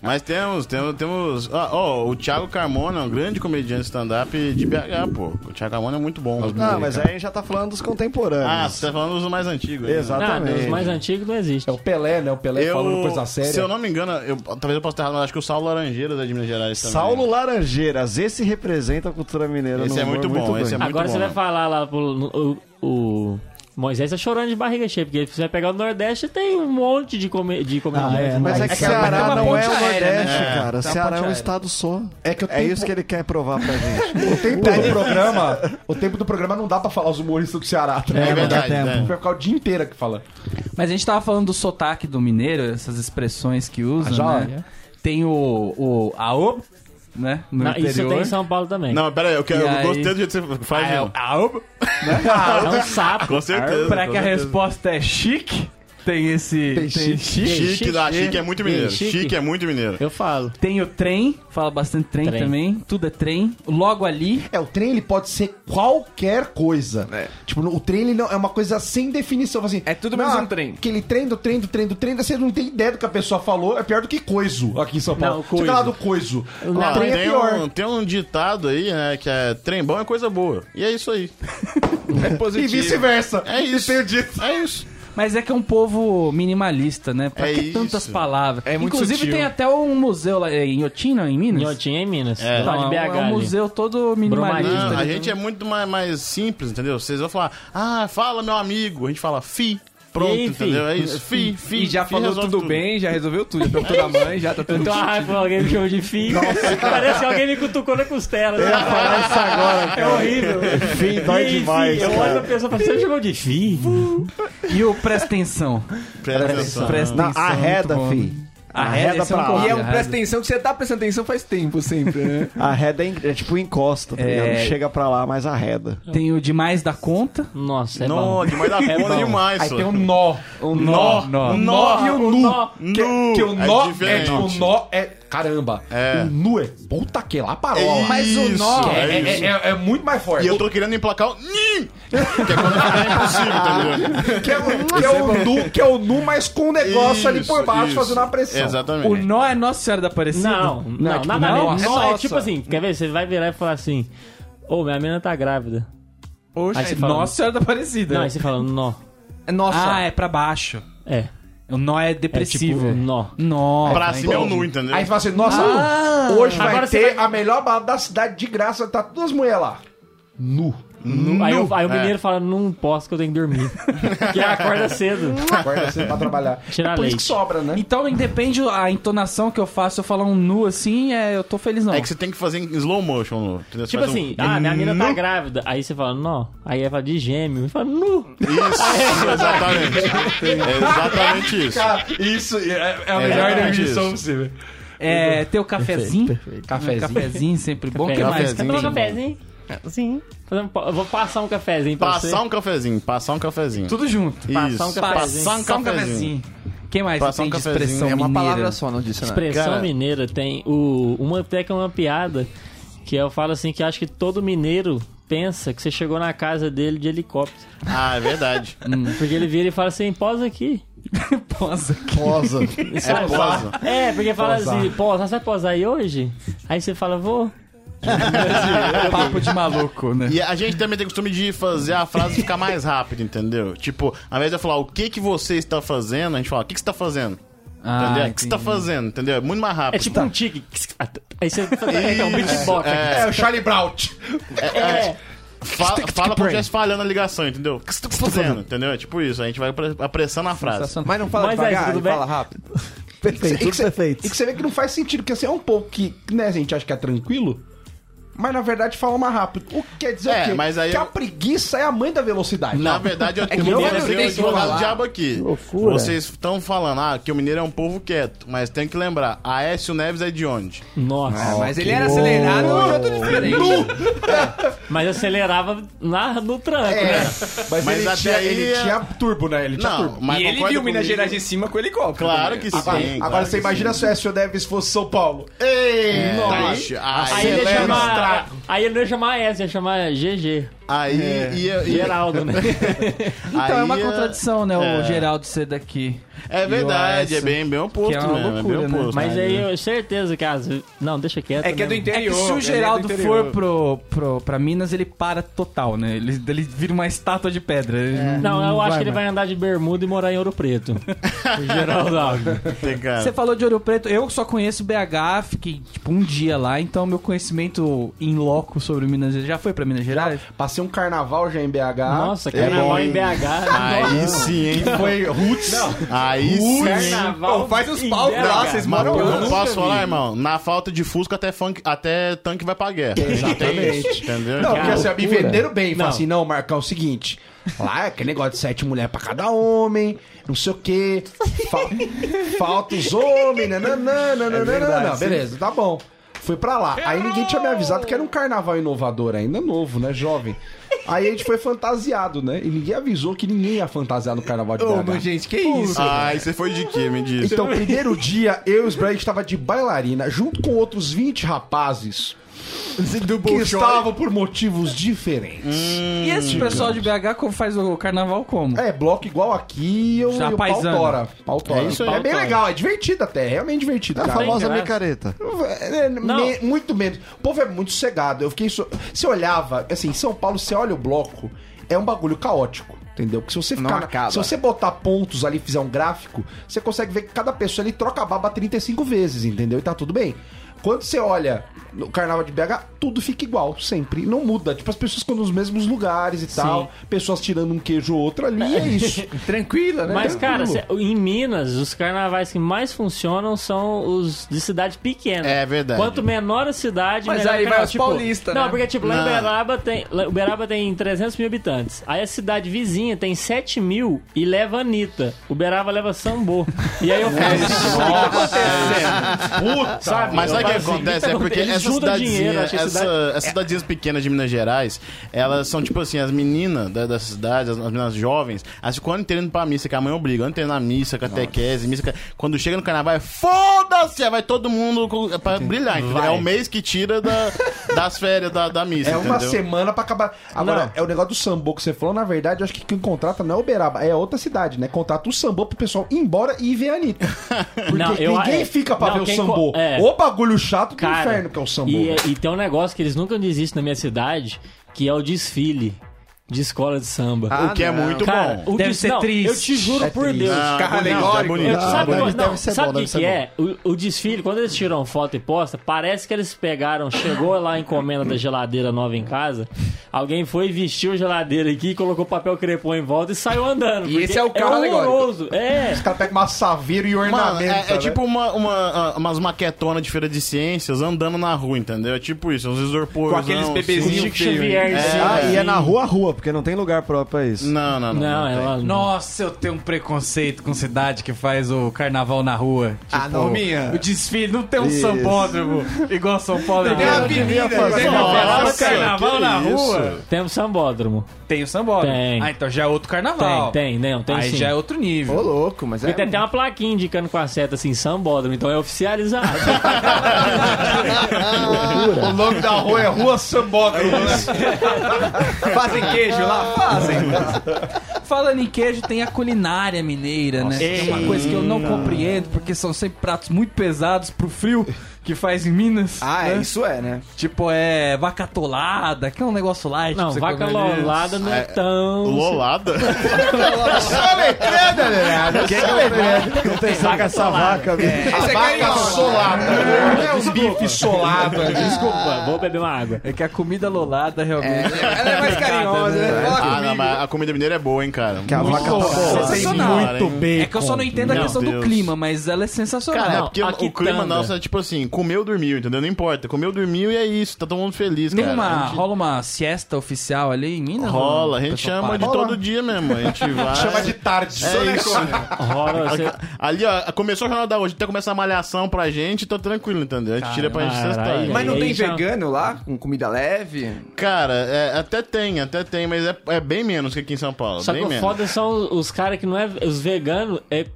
S7: Mas temos, temos, temos... Ah, ó, o Thiago Carmona é um grande comediante stand-up de BH, pô. O Thiago Carmona é muito bom.
S6: Não, mas aí a gente já tá falando dos
S7: Ah,
S6: contemporâneos.
S7: você tá falando dos mais antigos. aí, né?
S3: Ah,
S6: Exatamente.
S3: dos mais antigos não existe.
S2: É o Pelé, né? O Pelé falando coisa séria.
S7: Se eu não me engano, eu- talvez eu possa estar errado, mas acho que o Saulo Laranjeiras é de Minas Gerais também.
S6: Saulo Laranjeiras, esse representa a cultura mineira
S7: Esse
S6: no
S7: é
S6: humor
S7: muito bom, esse é
S6: bem.
S7: muito
S3: Agora
S7: bom.
S3: você vai
S7: né?
S3: falar lá pro. no- O, o Moisés tá chorando de barriga cheia, porque você vai pegar o Nordeste e tem um monte de, come, de comediante.
S5: Ah, é,
S6: Mas é
S5: Aí
S6: que
S5: que é uma-
S1: é
S6: Ceará
S1: uma
S6: não é o
S1: ponte aérea, né?
S6: Nordeste,
S7: É,
S6: cara.
S1: tá uma
S6: Ceará é um
S1: ponte
S6: estado só.
S2: É que o
S6: É
S2: tempo-
S6: isso que ele quer provar pra gente.
S2: O tempo do programa, o tempo do programa não dá pra falar os humoristas do Ceará, tá
S7: É
S2: ligado?
S7: verdade,
S5: tempo.
S7: né?
S2: Vai ficar o dia inteiro aqui falando.
S1: Mas a gente tava falando do sotaque do mineiro, essas expressões que usa,
S2: Ah, já,
S1: né? Tem o, o aô, né? No
S3: Não,
S1: interior.
S3: isso tem em São Paulo também.
S7: Não, pera aí, eu, quero,
S1: E
S7: eu
S1: aí? Ah, é
S7: gostei do jeito que você faz, Gil.
S1: aô,
S3: é um sapo.
S7: Com certeza.
S1: pra
S7: com
S1: que a
S7: certeza.
S1: resposta é chique, tem esse... Tem, chique.
S7: Chique,
S3: Chique,
S7: ah, chique é muito mineiro.
S3: Chique.
S7: Chique, é muito mineiro.
S3: Eu falo.
S1: Tem o trem, fala bastante trem,
S3: Trem.
S1: também. Tudo é trem. Logo ali.
S2: É, o trem ele pode ser qualquer coisa. Tipo, no- o trem ele não, é uma coisa sem definição. Assim,
S4: É tudo menos
S2: não,
S4: um trem.
S2: Aquele trem do trem do trem do trem, daí você não tem ideia do que a pessoa falou. É pior do que coiso aqui em São Paulo.
S3: Não,
S2: Você
S3: coiso.
S2: tá lá do coiso. O
S7: Ó,
S2: trem é
S7: tem,
S2: pior.
S7: um, tem um ditado aí, né, que é trem bom é coisa boa. E é isso aí.
S4: É
S2: E
S4: positivo.
S2: vice-versa.
S7: É isso.
S2: E tem o dito.
S7: É isso.
S1: Mas é que é um povo minimalista, né? Pra
S7: É
S1: que
S7: isso.
S1: tantas palavras?
S4: É muito
S1: Inclusive
S4: sutil.
S1: tem até um museu lá é, em Otina, em Minas.
S3: Nhotinha em Minas.
S7: É.
S3: Lá
S1: Então,
S3: Tá de BH.
S1: é um- é um
S3: ali.
S1: museu todo minimalista.
S3: Brumadinho.
S7: Não, a
S1: Ele
S7: gente é muito mais, mais simples, entendeu? Vocês vão falar, ah, fala meu amigo. A gente fala, fi. Pronto,
S3: E aí, fi?
S7: entendeu? É isso. Fi, fi.
S8: E já
S7: fi
S8: falou
S7: resolve
S8: tudo, bem, já resolveu tudo. Já perguntou da mãe, já tá
S3: Eu
S8: tudo
S3: tô raiva quando alguém me chamou de filho. Parece que alguém me cutucou na costela. Eu ia falar isso agora. É horrível.
S6: Fim, dói
S3: E aí,
S6: demais,
S3: fi? Eu olho
S6: cara.
S3: pra pessoa e falo, você me chamou de filho?
S1: E o Presta Atenção.
S7: Presta atenção.
S1: Presta
S6: Na
S1: Atenção.
S6: arreda,
S1: muito bom.
S6: fi.
S1: Arreda
S6: Arreda
S1: esse é um
S6: pra
S1: corre-
S6: lá.
S8: E é um
S1: Errado.
S8: presta atenção que você tá prestando atenção faz tempo sempre, né?
S6: Arreda é, en- é tipo encosta, tá ligado? Não chega pra lá, mas arreda.
S1: Tem o Demais da Conta.
S3: Nossa, é bom.
S7: Nó, demais da conta
S3: bom.
S7: demais,
S8: Aí
S7: só.
S8: tem um nó. Um
S1: nó, nó.
S8: nó e o nu. Que,
S7: Nu.
S8: que o
S2: né?
S8: nó é,
S7: diferente.
S8: tipo, o nó é. Caramba.
S7: É.
S8: O nu é. Puta que lá
S7: É
S8: parola. mas o nó
S7: isso,
S8: é,
S7: é
S8: é-
S7: isso.
S8: é- é muito mais
S7: E
S8: forte.
S7: eu tô querendo emplacar o NIM! Que é quando é impossível, entendeu?
S8: Que é, o- que é o nu, que é o nu, mas com o negócio ali por
S7: Isso,
S8: baixo
S7: isso.
S8: fazendo uma pressão.
S7: Exatamente.
S1: O Nó é Nossa Senhora da Aparecida?
S3: Não, não,
S8: Não, tipo,
S3: nada a ver.
S8: nossa.
S3: Nó é
S8: Nossa.
S3: tipo assim, quer ver? Você vai virar e falar assim, ô, minha menina tá grávida.
S1: Oxe,
S3: Aí você fala-
S1: é Nossa Senhora da Aparecida.
S3: Não, aí você fala, nó.
S8: Nossa.
S1: Ah, é pra baixo.
S3: É,
S1: O Nó é
S3: é tipo,
S1: depressivo.
S3: nó.
S1: Nó.
S7: Pra cima é o nu, entendeu?
S8: Aí você fala assim, nossa,
S7: Ah.
S8: hoje vai
S3: Agora você
S8: ter
S3: vai-
S8: a melhor balada da cidade de graça, tá todas as mulheres lá. Nu.
S7: Nu.
S3: Aí, o- aí o
S7: É.
S3: mineiro fala, não posso que eu tenho que dormir. que acorda cedo.
S8: Acorda cedo pra trabalhar.
S3: Tirar
S8: é por isso
S3: leite.
S8: que sobra, né?
S1: Então, independe a entonação que eu faço, se eu falar um nu assim, é, eu tô feliz não.
S7: É que você tem que fazer em slow motion, nu. entendeu? Você
S3: Tipo
S7: faz um-
S3: assim, ah, minha menina tá grávida. Aí você fala, nó. Aí ela fala de gêmeo. E fala, nu.
S7: Isso, exatamente. É exatamente isso.
S8: Isso é, é a
S7: melhor definição
S8: possível.
S1: É, ter o cafezinho.
S8: Cafezinho.
S1: Cafezinho sempre bom. O que mais?
S7: Cafezinho.
S3: Tomar um cafezinho? Sim. Fazer um pa- Eu vou passar um cafezinho pra você.
S7: Passar um cafezinho, passar um cafezinho.
S1: Tudo junto.
S7: Isso,
S3: Passar um cafezinho.
S7: passar um cafezinho.
S1: Quem mais
S7: Passar
S1: tem
S7: um
S1: de
S7: cafezinho.
S1: expressão
S7: É uma
S1: mineira? um
S8: só no dicionário.
S3: expressão
S7: Cara.
S3: mineira tem o uma até que é uma piada que eu falo assim que acho que todo mineiro pensa que você chegou na casa dele de helicóptero
S7: Ah, é verdade.
S3: porque ele vira e fala assim posa aqui
S1: Posa.
S5: Posa.
S7: É posa.
S3: é porque fala assim posa você vai posar aí hoje aí você fala vou
S1: Papo de maluco, né?
S7: E a gente também tem costume de fazer a frase ficar mais rápida, entendeu? Tipo, ao invés de eu falar o que que você está fazendo, a gente fala o que que você está fazendo.
S1: Ah,
S7: entendeu? O que você está
S1: entendi.
S7: fazendo, entendeu? É muito mais rápido.
S3: é tipo um tique aí você é um beatbox
S7: É,
S8: É o Charlie Brown.
S3: é
S7: Fala, fala como se estivesse falhando a ligação, entendeu? O que você tá fazendo, entendeu? É tipo isso, a gente vai apre- apressando a frase.
S8: né? Mas é, não fala
S3: Mas aí,
S8: devagar,
S3: tudo
S8: e
S3: bem?
S8: fala rápido.
S5: Perfeito,
S8: E que
S5: tudo
S8: cê-
S5: perfeito.
S8: E que você vê que não faz sentido, porque assim, é um pouco que, né, a gente acha que é tranquilo, mas na verdade fala mais rápido. O que quer dizer
S7: É,
S8: o quê?
S7: mas aí
S8: que
S7: eu-
S8: a preguiça é a mãe da velocidade.
S7: Na verdade, eu
S8: que
S7: tenho
S8: eu
S7: que
S8: não
S7: ser o
S8: sei
S7: advogado
S8: falar.
S7: do diabo aqui.
S5: loucura.
S7: Vocês estão falando ah, que o mineiro é um povo quieto, mas tem que lembrar, Aécio Neves é de onde?
S3: nossa
S8: É, mas ele era acelerado, hoje eu tô diferente.
S3: mas acelerava na, no tranco né?
S8: Mas,
S7: Mas
S8: ele,
S7: até
S8: tinha,
S7: aí
S8: ele
S7: é-
S8: tinha turbo, né? Ele tinha turbo.
S7: Não, mas
S8: E ele-
S7: concorda
S8: viu
S7: comigo?
S8: Minas Gerais de cima com helicóptero.
S7: Claro que sim.
S8: Agora,
S7: claro
S8: agora
S7: que
S8: você imagina
S7: sim. É,
S8: se o S Neves fosse São Paulo.
S7: Ei,
S8: Nossa.
S3: aí ele ia
S8: Acelera os
S3: chamar
S8: tracos.
S3: aí ele não ia chamar S ia chamar GG
S7: Aí ia, ia,
S3: Geraldo né
S1: Então é uma
S7: aí,
S1: contradição, né?
S7: é.
S1: O Geraldo ser daqui.
S7: É verdade, é bem, bem oposto
S1: Que é uma
S7: mesmo.
S1: loucura,
S7: é bem
S1: né?
S7: oposto.
S3: Mas aí eu certeza que as. Não, deixa quieto.
S8: É que é do
S3: né?
S1: É que
S8: interior.
S1: se
S8: ele
S1: o Geraldo
S8: do interior.
S1: for pro, pro, pra Minas, ele para total, né? Ele, ele vira uma estátua de pedra. Ele
S7: É.
S3: Não, eu acho que ele
S1: mais.
S3: vai né? andar de bermuda e morar em Ouro Preto. O Geraldo Alckmin.
S7: Tem, cara.
S1: Você falou de Ouro Preto, eu só conheço BH, fiquei tipo um dia lá, então meu conhecimento em loco sobre Minas Gerais já foi pra Minas Gerais?
S2: Passei um carnaval já em BH.
S3: Nossa, é
S7: é
S3: carnaval em né? BH.
S7: Aí sim, hein?
S2: Foi roots.
S7: Aí sim. hein?
S3: Carnaval.
S8: Ô, faz os
S3: em
S8: palcos lá,
S3: BH.
S8: vocês
S7: Mas
S8: moram
S7: eu
S8: lá.
S7: não posso falar, irmão. Na falta de Fusca, até, funk, até tanque vai pra guerra. Tem isso, entendeu?
S2: Não, porque assim, ó, me venderam bem.
S3: Não.
S2: Falaram assim, não, Marcão, é o seguinte. Lá é aquele negócio de sete mulheres pra cada homem, não sei o quê. Fa- falta os homens, nananã, nananã, nananã. Beleza, tá bom. Fui pra lá. Aí ninguém tinha me avisado que era um carnaval inovador ainda, novo, né, jovem. Aí a gente foi fantasiado, né? E ninguém avisou que ninguém ia fantasiar no carnaval de
S8: Ô,
S2: BH.
S8: mas, gente, que isso?
S7: Ai, você foi de quê? Me diz.
S2: Então, primeiro dia, eu e os Brian estava de bailarina, junto com outros 20 rapazes
S8: do
S2: que
S8: Bolshoi.
S2: estavam por motivos diferentes.
S1: e
S4: Hum.
S1: esse pessoal de BH como faz o carnaval como?
S2: É, bloco igual aqui eu,
S1: Já
S2: eu
S1: paisana.
S2: pautora. pautora.
S7: É isso aí.
S2: É bem
S3: Pautora.
S2: legal, é divertido até, é realmente divertido.
S6: A
S2: cara.
S6: famosa
S3: graça.
S6: micareta.
S2: É, me- muito menos. O povo é muito cegado. Eu fiquei. So... Você olhava, assim, em São Paulo, você olha o bloco, é um bagulho caótico. Entendeu? Porque se você
S4: Não
S2: ficar. na-
S4: acaba.
S2: Se você botar pontos ali e fizer um gráfico, você consegue ver que cada pessoa ele troca a baba 35 vezes, entendeu? E tá tudo bem. Quando você olha no carnaval de BH, tudo fica igual, sempre. Não muda. Tipo, as pessoas ficam nos mesmos lugares e tal. Pessoas tirando um queijo ou outro ali, e é isso.
S7: É,
S4: Tranquila, né?
S3: Mas, cara,
S2: tranquilo.
S3: cê- em Minas, os carnavais que mais funcionam são os de cidade pequena.
S7: É verdade.
S3: Quanto menor a cidade,
S4: Mas
S3: melhor
S4: aí
S3: o
S4: vai
S3: carnaval.
S4: os paulista,
S3: Não,
S4: né?
S3: porque, tipo, lá em
S7: Não.
S3: Uberaba tem, lá- Uberaba tem 300 mil habitantes. Aí a cidade vizinha tem 7 mil e leva Anitta. Uberaba leva Sambô. E aí eu falo assim,
S7: Puta! Mas sabe o que
S3: Eu falo assim,
S7: acontece? É porque
S3: eles
S7: essas
S3: juntam
S7: cidadezinhas,
S3: dinheiro, acho que a
S7: essa,
S3: cidade- É.
S7: essas cidadezinhas pequenas de Minas Gerais, elas são tipo assim, as meninas da- dessas cidades, as, as meninas jovens, elas ficam um ano inteiro indo pra missa, que a mãe obriga, um ano inteiro na missa, catequese, missa. Quando chega no carnaval, é foda-se! Aí vai todo mundo com- é pra brilhar, entendeu? É o mês que tira da- das férias da, da missa.
S2: É uma
S7: entendeu?
S2: semana pra acabar. Agora, é o negócio do sambo que você falou, na verdade, eu acho que quem contrata não é Uberaba, é outra cidade, né? Contrata o sambo pro pessoal ir embora e ir ver a Anitta. Porque
S3: Não, eu-
S2: ninguém
S3: é.
S2: fica pra
S3: Não,
S2: ver o
S3: quem
S2: sambo.
S3: co- é.
S2: O bagulho chato do
S3: cara.
S2: inferno que é o sambo.
S3: E, e tem um negócio que eles nunca desistem na minha cidade, que é o desfile de escola de samba.
S7: O que é muito
S3: Cara,
S7: bom.
S3: o
S1: Deve
S3: des-
S1: ser
S3: não,
S1: triste.
S3: Eu te juro por Deus.
S7: Ah, bonito, é bonito.
S3: Eu-
S7: Ah,
S3: sabe
S7: bonito.
S3: o
S5: deve ser bom,
S3: que,
S5: deve ser
S3: que é? O, o desfile, quando eles tiram foto e postam, parece que eles pegaram, chegou lá a encomenda da geladeira nova em casa, alguém foi, vestiu a geladeira aqui, colocou papel crepom em volta e saiu andando.
S4: E
S3: porque
S4: esse é o carro
S3: é
S4: alegórico.
S3: horroroso. É.
S2: Os caras pegam uma saveira e
S7: Mano,
S2: ornamento.
S7: é, é
S6: tá
S2: né?
S7: tipo uma, uma, ah, umas maquetonas de feira de ciências andando na rua, entendeu? É tipo isso, uns assim. isopores.
S1: Com aqueles
S3: O
S1: bebezinhos.
S3: Chico Xavier. sim,
S6: Ah, e é
S3: sim.
S6: na rua, rua, porque não tem lugar próprio pra isso.
S7: Não, não, não.
S3: Não,
S7: é
S3: é
S7: tem.
S3: ela.
S1: Nossa, eu tenho um preconceito com cidade que faz o carnaval na rua.
S4: Ah, Norminha.
S1: O desfile não tem um
S6: Isso.
S1: sambódromo igual São Paulo. é
S4: Tem uma avenida,
S1: Tem
S4: né?
S1: uma pelada de
S7: Nossa,
S1: carnaval
S7: que
S1: na
S7: isso.
S1: rua.
S3: Tem o sambódromo.
S1: Tem o sambódromo.
S3: Tem.
S1: Ah, então já é outro
S3: Tem,
S1: carnaval.
S3: tem, não, tem
S1: Aí
S3: sim.
S1: já é outro nível.
S4: Ô, louco, mas é...
S3: Porque tem até uma plaquinha indicando com a seta assim, sambódromo, então é oficializado.
S2: Ah. o nome da rua é Rua Sambódromo, né?
S4: Fazem queijo lá, fazem.
S1: Falando em queijo, tem a culinária mineira, né? É uma coisa que eu não compreendo, porque são sempre pratos muito pesados pro frio que faz em Minas.
S4: Ah, é,
S1: né?
S4: isso é, né?
S1: Tipo, é vaca tolada, que é um negócio light. pra
S3: Não,
S1: você
S3: vaca
S1: comer ali.
S3: lolada não é tão.
S7: Lolada?
S6: Não tem saca essa vaca, velho.
S4: Esse é carioca.
S2: solada. É um bife solado.
S3: Desculpa, vou beber uma água.
S1: É que a comida lolada
S4: É,
S1: realmente.
S4: Ela é mais carinhosa, né? Fala
S7: Ah, não,
S4: comigo.
S7: mas a comida mineira é boa, hein, cara.
S6: Que a vaca tá boa.
S1: sensacional.
S7: bem.
S1: É que eu só não entendo a
S7: Meu
S1: questão do
S7: Deus.
S1: clima, mas ela é sensacional.
S7: Cara, é
S3: Não,
S7: porque
S3: a
S7: o clima
S3: quitanda.
S7: nosso é tipo assim, comeu, dormiu, entendeu? Não importa. Comeu, dormiu e é isso. Tá todo mundo feliz,
S1: Tem
S7: cara.
S1: uma,
S7: A gente-
S1: rola uma siesta oficial ali em Minas?
S7: Rola,
S1: ou não?
S7: a gente
S1: Pessoal
S7: chama
S1: para.
S7: de todo dia mesmo. A gente vai.
S2: Chama de tarde.
S7: É isso.
S3: Rola, você...
S7: Ali, ó, começou o jornal da hoje, até começar a malhação pra gente, tô tranquilo, entendeu? A gente tira pra gente
S3: Caralho.
S7: sextar.
S4: Mas não
S3: Aí
S4: tem
S3: já-
S4: vegano lá, com comida leve?
S7: Cara, é, até tem, até tem, mas é, é bem menos que aqui em São Paulo.
S3: Só que
S7: bem
S3: o
S7: menos.
S3: foda são os caras que não é. Os veganos é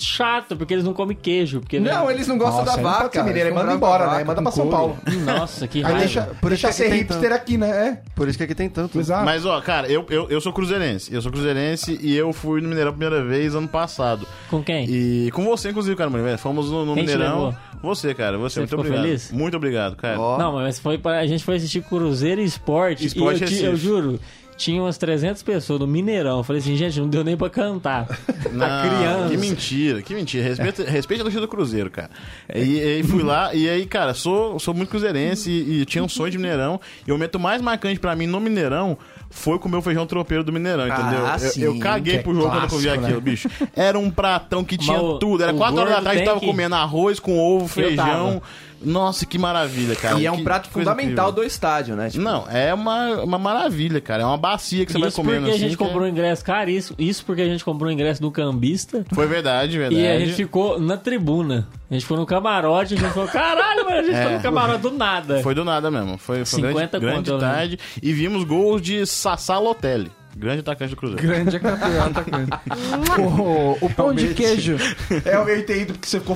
S3: chato, porque eles não comem queijo. Porque né?
S4: Não, eles não gostam
S2: Nossa,
S4: da
S2: aí não pode
S4: vaca.
S2: ser mineiro,
S4: eles
S2: manda
S4: compravam
S2: embora,
S4: a vaca
S2: né? Manda
S4: com
S2: pra São
S4: couro.
S2: Paulo.
S3: Nossa, que
S2: Aí
S3: raiva.
S2: deixa,
S6: Por isso
S2: deixa
S6: que
S2: ser
S6: tem
S2: hipster
S6: tanto.
S2: aqui, né?
S6: Por isso que aqui tem tanto.
S2: É.
S7: Mas, ó, cara, eu, eu, eu sou cruzeirense. Eu sou cruzeirense e eu fui no Mineirão a primeira vez ano passado.
S3: Com quem?
S7: E com você, inclusive, cara, mano. velho, Fomos no, no
S3: Quem te
S7: Mineirão.
S3: levou?
S7: Você, cara, você,
S3: Você
S7: muito
S3: ficou
S7: obrigado.
S3: feliz?
S7: Muito obrigado, cara.
S6: Ó.
S3: Não, mas foi pra... a gente foi assistir Cruzeiro e Esporte.
S7: Esporte
S3: e eu, ti-
S7: é Recife.
S3: eu juro. Tinha umas 300 pessoas no Mineirão. Eu falei assim, gente, não deu nem pra cantar. tá
S7: Não,
S3: criança.
S7: Que mentira, que mentira. Respeita, respeita a torcida do Cruzeiro, cara. E aí fui lá, e aí, cara, sou, sou muito cruzeirense e, e tinha um sonho de Mineirão. E o momento mais marcante pra mim no Mineirão foi comer o feijão tropeiro do Mineirão, entendeu?
S4: Ah,
S7: eu,
S4: sim,
S7: eu caguei
S4: que é
S7: pro jogo quando eu vi
S4: clássico,
S7: aquilo, bicho. Era um pratão que tinha
S3: o-
S7: tudo. Era
S3: o
S7: 4 horas da
S3: gordo
S7: tarde,
S3: tem
S7: tava
S3: que-
S7: comendo arroz com ovo,
S3: Eu tava.
S7: feijão. Nossa, que maravilha, cara.
S4: E é
S7: Que
S4: um prato
S7: coisa
S4: fundamental
S7: incrível.
S4: do estádio, né? Tipo,
S7: Não, é uma, uma maravilha, cara. É uma bacia que você vai
S3: Isso porque
S7: comendo
S3: a
S7: assim,
S3: gente
S7: que é-
S3: comprou um ingresso caríssimo. Isso porque a gente comprou um ingresso do cambista.
S7: Foi verdade, verdade.
S3: E a gente ficou na tribuna. A gente foi no camarote, a gente falou, caralho, mano, a gente
S7: É.
S3: foi no camarote do nada.
S7: Foi do nada mesmo. Foi, foi
S3: 50
S7: grande, grande
S3: É. conto, né? eu
S7: tarde. E vimos gols de Sassá Lotelli, grande atacante do Cruzeiro.
S1: Grande é campeão, atacante.
S2: O,
S1: Pão de queijo.
S2: É, eu entendo porque você ficou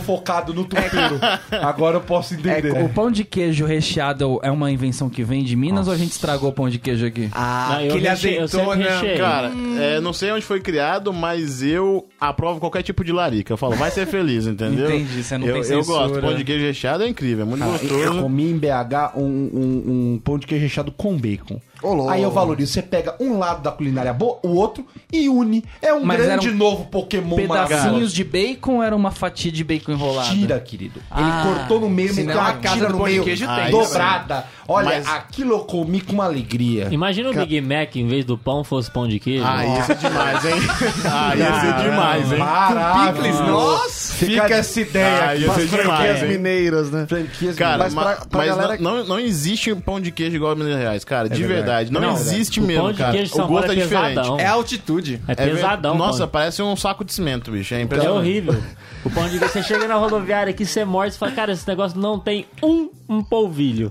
S2: focado no tropeiro. Agora eu posso
S1: É,
S2: entender.
S1: o pão de queijo recheado é uma invenção que vem de Minas ou a gente estragou o pão de queijo aqui?
S4: Ah,
S3: Não, eu
S4: aquele
S3: recheio- eu sempre
S4: azeitona.
S3: recheio.
S7: Cara, é, não sei onde foi criado, mas eu aprovo qualquer tipo de larica. Eu falo, vai ser feliz, entendeu?
S1: Entendi, você não
S7: eu,
S1: tem
S7: Eu
S1: censura.
S7: gosto. Pão de queijo recheado é incrível, é muito
S2: Eu
S7: gostoso.
S2: um comi em BH um, um- um pão de queijo recheado com bacon.
S6: Ô, louco.
S2: Aí eu valorizo. Você pega um lado da culinária boa, o outro, e une. É um
S1: Mas era
S2: grande
S1: um
S2: novo Pokémon maravilhoso.
S1: Pedacinhos de bacon ou era uma fatia de bacon enrolada?
S2: Tira, querido.
S1: Ah,
S2: Ele cortou no meio,
S4: senão
S2: meteu uma
S4: a casa
S2: tira
S4: do
S2: no
S4: pão de
S2: meio,
S4: queijo
S7: tem.
S2: dobrada. Olha,
S7: Mas-
S2: aquilo eu comi com uma alegria.
S3: Imagina o Big Mac, em vez do pão, fosse pão de queijo.
S7: Ah, ia ser demais, hein? Ah, ia ser demais, hein?
S2: Maravilhoso.
S4: Nossa!
S2: Fica essa ideia.
S7: Ah,
S2: aqui.
S7: ia ser demais,
S6: Franquias
S7: hein?
S6: mineiras, né?
S2: Franquias
S7: Cara,
S6: Mas
S7: mas,
S6: pra- pra
S7: mas
S6: galera-
S7: não, não, não existe pão de queijo igual a Minas Gerais, cara, de verdade. Não,
S3: Não,
S7: existe
S3: o
S7: mesmo,
S3: pão de
S7: cara.
S3: queijo de São
S7: o gosto
S3: Paulo
S7: é,
S3: é pesadão.
S7: diferente.
S4: É altitude.
S3: é
S7: ver-
S3: pesadão. pão
S7: Nossa,
S3: de-
S7: parece um saco de cimento, bicho. É
S3: é
S7: impressionante.
S3: horrível. O pão de queijo, você chega na rodoviária aqui, você morde e fala, cara, esse negócio não tem um, um polvilho.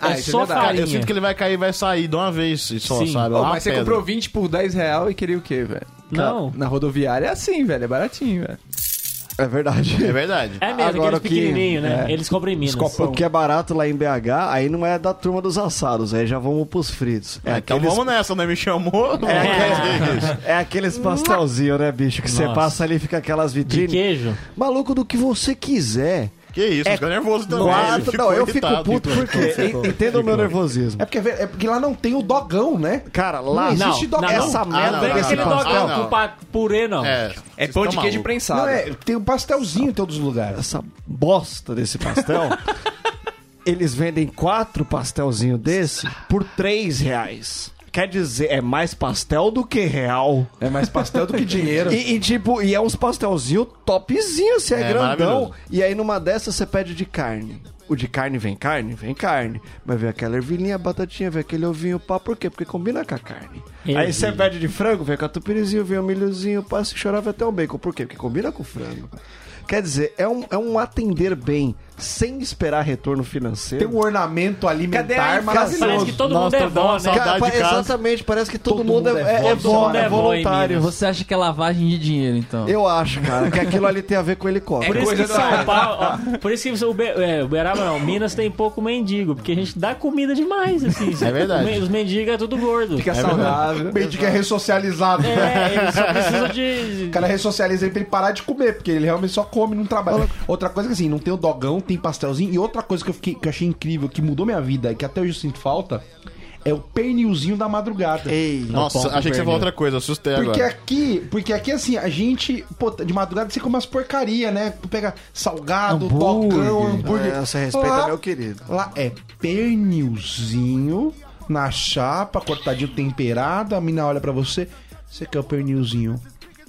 S4: Ah,
S3: é
S4: isso é
S3: só
S4: verdade.
S7: Cara,
S3: farinha.
S7: eu sinto que ele vai cair e vai sair de uma vez só,
S3: Sim.
S7: sabe?
S4: Ô,
S7: Lá
S4: mas você
S7: pedra.
S4: comprou 20 por 10 real e queria o quê, velho?
S3: Não.
S4: Na, na rodoviária é assim, velho. É baratinho, velho.
S6: É verdade.
S7: É verdade.
S3: É mesmo,
S6: Agora
S3: aqueles
S6: que-
S3: pequenininhos, né? Eles compram em Minas.
S6: O que é barato lá em BH, aí não é da turma dos assados, aí já vamos pros fritos. É,
S7: Ah, então
S6: aqueles,
S7: vamos nessa, né? Me chamou.
S6: é,
S7: Vamos
S6: aqueles, é aqueles pastelzinho, né, bicho? Que você
S3: Nossa.
S6: passa ali e fica aquelas
S3: De
S6: vitrines.
S3: queijo.
S6: Maluco, do que você quiser.
S7: Que isso, fica nervoso também.
S6: Quatro-
S7: Ele ficou
S6: não, eu fico
S7: irritado.
S6: puto
S7: tipo,
S6: porque. Entenda o meu nervosismo.
S2: É porque, é porque lá não tem o dogão, né?
S6: Cara, lá
S3: Não,
S6: existe
S3: não,
S6: dogão. essa
S3: não.
S6: merda
S7: não,
S3: Vem
S7: não,
S3: com aquele
S7: não,
S3: dogão
S7: não.
S3: com pa- é purê, não.
S7: É,
S4: É
S7: vocês
S4: pão
S7: tão
S4: de queijo
S7: maluco.
S4: prensado.
S2: Não, é, tem um pastelzinho em todos os lugares.
S6: essa bosta desse pastel, eles vendem quatro pastelzinho desse por três reais. Quer dizer, é mais pastel do que real.
S2: É mais pastel do que dinheiro.
S6: E, e, tipo, e é uns pastelzinho topzinho, assim, é,
S7: É,
S6: grandão.
S7: maravilhoso.
S6: E aí numa dessas você pede de carne. O de carne vem carne? Vem carne. Mas vem aquela ervilhinha, batatinha, vem aquele ovinho, pá. Por quê? Porque combina com a carne. Aí
S3: Ervilha.
S6: você pede de frango, vem catupiryzinho, vem o milhozinho, pá. Se chorar, vem até o bacon. Por quê? Porque combina com o frango. Quer dizer, é um, é um atender bem, sem esperar retorno
S2: Tem
S6: financeiro.
S2: um
S4: Cadê
S2: ornamento
S4: a
S2: alimentar
S4: infância?
S3: Parece
S2: maravilhoso.
S3: que todo
S7: Nossa,
S3: mundo é
S7: tá dando
S3: vó, né?
S7: saudade.
S6: Cara,
S7: de
S6: pa-
S7: casa.
S6: exatamente, parece que todo, mundo, é, é, é,
S3: todo mundo
S6: é
S3: é vó em
S6: voluntário.
S3: Minas.
S1: Você acha que é lavagem de dinheiro, então?
S6: Eu acho, cara, que aquilo ali tem a ver com
S3: Por
S6: helicóptero.
S3: isso que
S4: coisa da
S3: São
S4: área.
S3: Paulo, ó, por isso que o Be- é, Uberaba não, Minas tem pouco mendigo, porque a gente dá comida demais, assim.
S7: É verdade.
S3: Os men- Os mendigos é tudo gordo.
S4: Fica saudável.
S2: Bem de que é ressocializado. né?
S3: É, eles só precisam
S2: O
S3: de...
S2: cara ressocializa ele pra ele parar de comer, porque ele realmente só come, não trabalha. Outra coisa que assim, não tem o dogão, tem pastelzinho. E outra coisa que eu, fiquei, que eu achei incrível, que mudou minha vida, e que até hoje eu sinto falta, é o pernilzinho da madrugada.
S6: Ei,
S7: Nossa, achei que você falou outra coisa, assustei
S2: Porque
S7: agora.
S2: aqui, porque aqui assim, a gente, pô, de madrugada você come umas porcaria, né? Tu pega salgado,
S6: Hambúrguer.
S2: dogão, hambúrguer.
S6: É, você respeita
S2: Lá-
S6: meu querido.
S2: Lá é pernilzinho na chapa, cortadinho temperado, a mina olha pra você, você quer o pernilzinho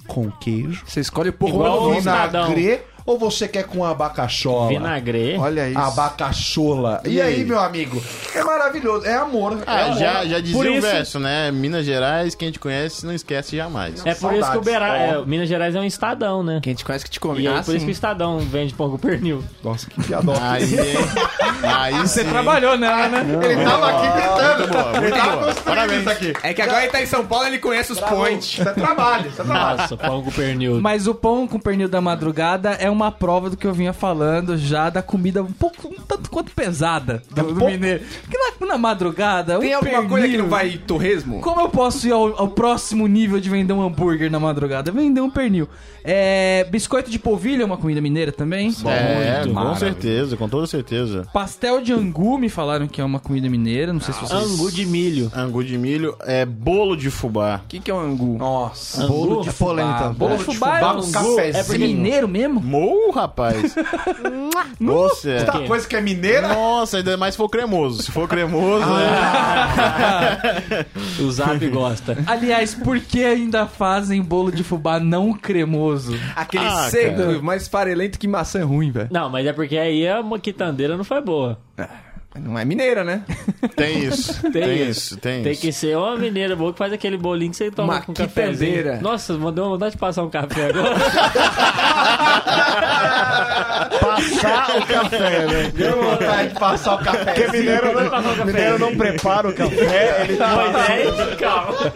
S2: com queijo?
S4: Você escolhe o porco
S3: Igual
S4: pelo
S3: o
S4: vinho.
S2: vinagre ou você quer com abacaxola?
S3: Vinagre.
S2: Ah,
S6: Olha isso.
S2: Abacaxola. E, aí, meu amigo? É maravilhoso. É amor. é
S7: Ah,
S2: amor.
S7: já, já dizia
S3: Por
S7: o
S3: isso-
S7: verso, né? Minas Gerais, quem te conhece, não esquece jamais.
S3: É por isso que Uberaba, é, Minas Gerais é um estadão, né?
S4: Quem te conhece que te
S3: E
S4: come.
S3: aí,
S4: Ah,
S3: por isso
S4: sim.
S3: que o Estadão vende porco pernil.
S2: Nossa, que piadão.
S7: Aí, hein? Aí Você
S1: Trabalhou nela, né?
S2: Ele tava aqui gritando.
S7: Muito boa,
S4: né?
S7: muito
S2: tava
S7: boa.
S2: construindo
S7: Parabéns.
S2: isso aqui.
S4: É que agora ele tá em São Paulo ele conhece os pontes.
S2: Isso é trabalho,
S4: Tá
S2: isso é trabalho.
S3: Nossa, porco pernil.
S1: Mas o pão com pernil da madrugada é uma prova do que eu vinha falando já da comida um pouco, um tanto quanto pesada do, do mineiro. Porque lá na madrugada.
S4: Tem
S1: um
S4: alguma coisa que
S1: pernil-
S4: não vai em torresmo?
S1: Como eu posso ir ao, ao próximo nível de vender um hambúrguer na madrugada? Vender um pernil. É, biscoito de polvilho é uma comida mineira também.
S7: É,
S3: Muito.
S7: com certeza, com toda certeza.
S1: Pastel de angu me falaram que é uma comida mineira. Não sei se vocês.
S3: Angu de milho.
S7: Angu de milho é bolo de fubá.
S4: O que, que é um angu?
S2: Nossa.
S3: Bolo
S6: de polenta.
S1: Bolo de fubá, é um
S2: com
S1: angu.
S2: cafezinho.
S1: É porque mineiro mesmo?
S7: Mou, rapaz. Nossa, é.
S2: Tá, coisa que é mineira.
S7: Nossa, ainda mais se for cremoso. Se for cremoso, né?
S3: O Zap gosta.
S1: Aliás, por que ainda fazem bolo de fubá não cremoso?
S4: Aquele
S7: Ah,
S4: seco,
S7: cara.
S4: mais farelento que maçã ruim, velho.
S3: Não, mas é porque aí a mo- quitandeira não foi boa.
S4: Não é mineira, né?
S7: tem isso. Tem,
S3: Tem
S7: isso, tem,
S3: Tem
S7: isso.
S3: que ser uma mineira boa que faz aquele bolinho que você toma
S4: Uma
S3: com um cafezinho.
S4: quitandeira.
S3: Nossa, mandou uma vontade de passar um café agora.
S6: Passar o café, né?
S2: Deu vontade de passar o café.
S6: Porque mineiro não, mineiro não prepara o café, ele
S3: Pois é, calma.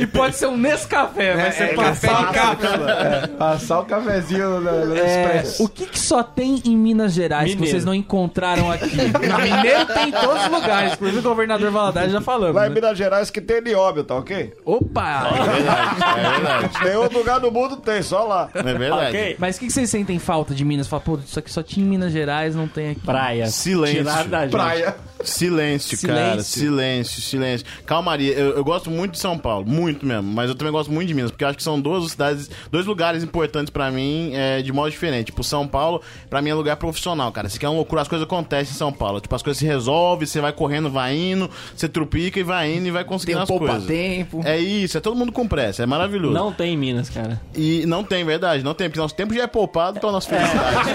S1: E pode ser um Nescafé, vai ser
S4: é é,
S1: café
S4: café
S1: de café.
S6: É,
S2: Passar o cafezinho no, no expresso.
S1: o que, que só tem em Minas Gerais que
S3: Mineiro.
S1: vocês não encontraram aqui? Mineiro tem em todos os lugares, inclusive o governador Valadares já falamos.
S6: Lá em
S1: né?
S6: Minas Gerais que tem nióbio, tá ok?
S1: Opa!
S7: É verdade.
S6: Tem outro lugar do mundo, tem, só lá.
S7: É verdade.
S3: Ok.
S1: Mas o que, que vocês sentem falta de Minas? Fala, pô, isso aqui só tinha em Minas Gerais, não tem aqui.
S3: Praia.
S7: Silêncio.
S3: Tiraram da gente.
S2: Praia.
S7: Silêncio, cara. Silêncio, silêncio. Calmaria. Eu, eu gosto muito de São Paulo, muito mesmo. Mas eu também gosto muito de Minas, porque eu acho que são duas cidades, dois lugares importantes pra mim é, de modo diferente. Tipo, São Paulo, pra mim é lugar profissional, cara. Isso aqui é uma loucura, as coisas acontecem em São Paulo. Tipo, as coisas se resolvem, você vai correndo, vai indo, você trupica e vai indo e vai conseguindo
S4: Tem um
S7: as coisas.
S4: poupa-tempo.
S7: É isso, é todo mundo com pressa, é maravilhoso.
S3: Não tem em Minas, cara.
S7: E não tem, verdade, não tem, porque nosso tempo já é poupado pela nossa felicidade.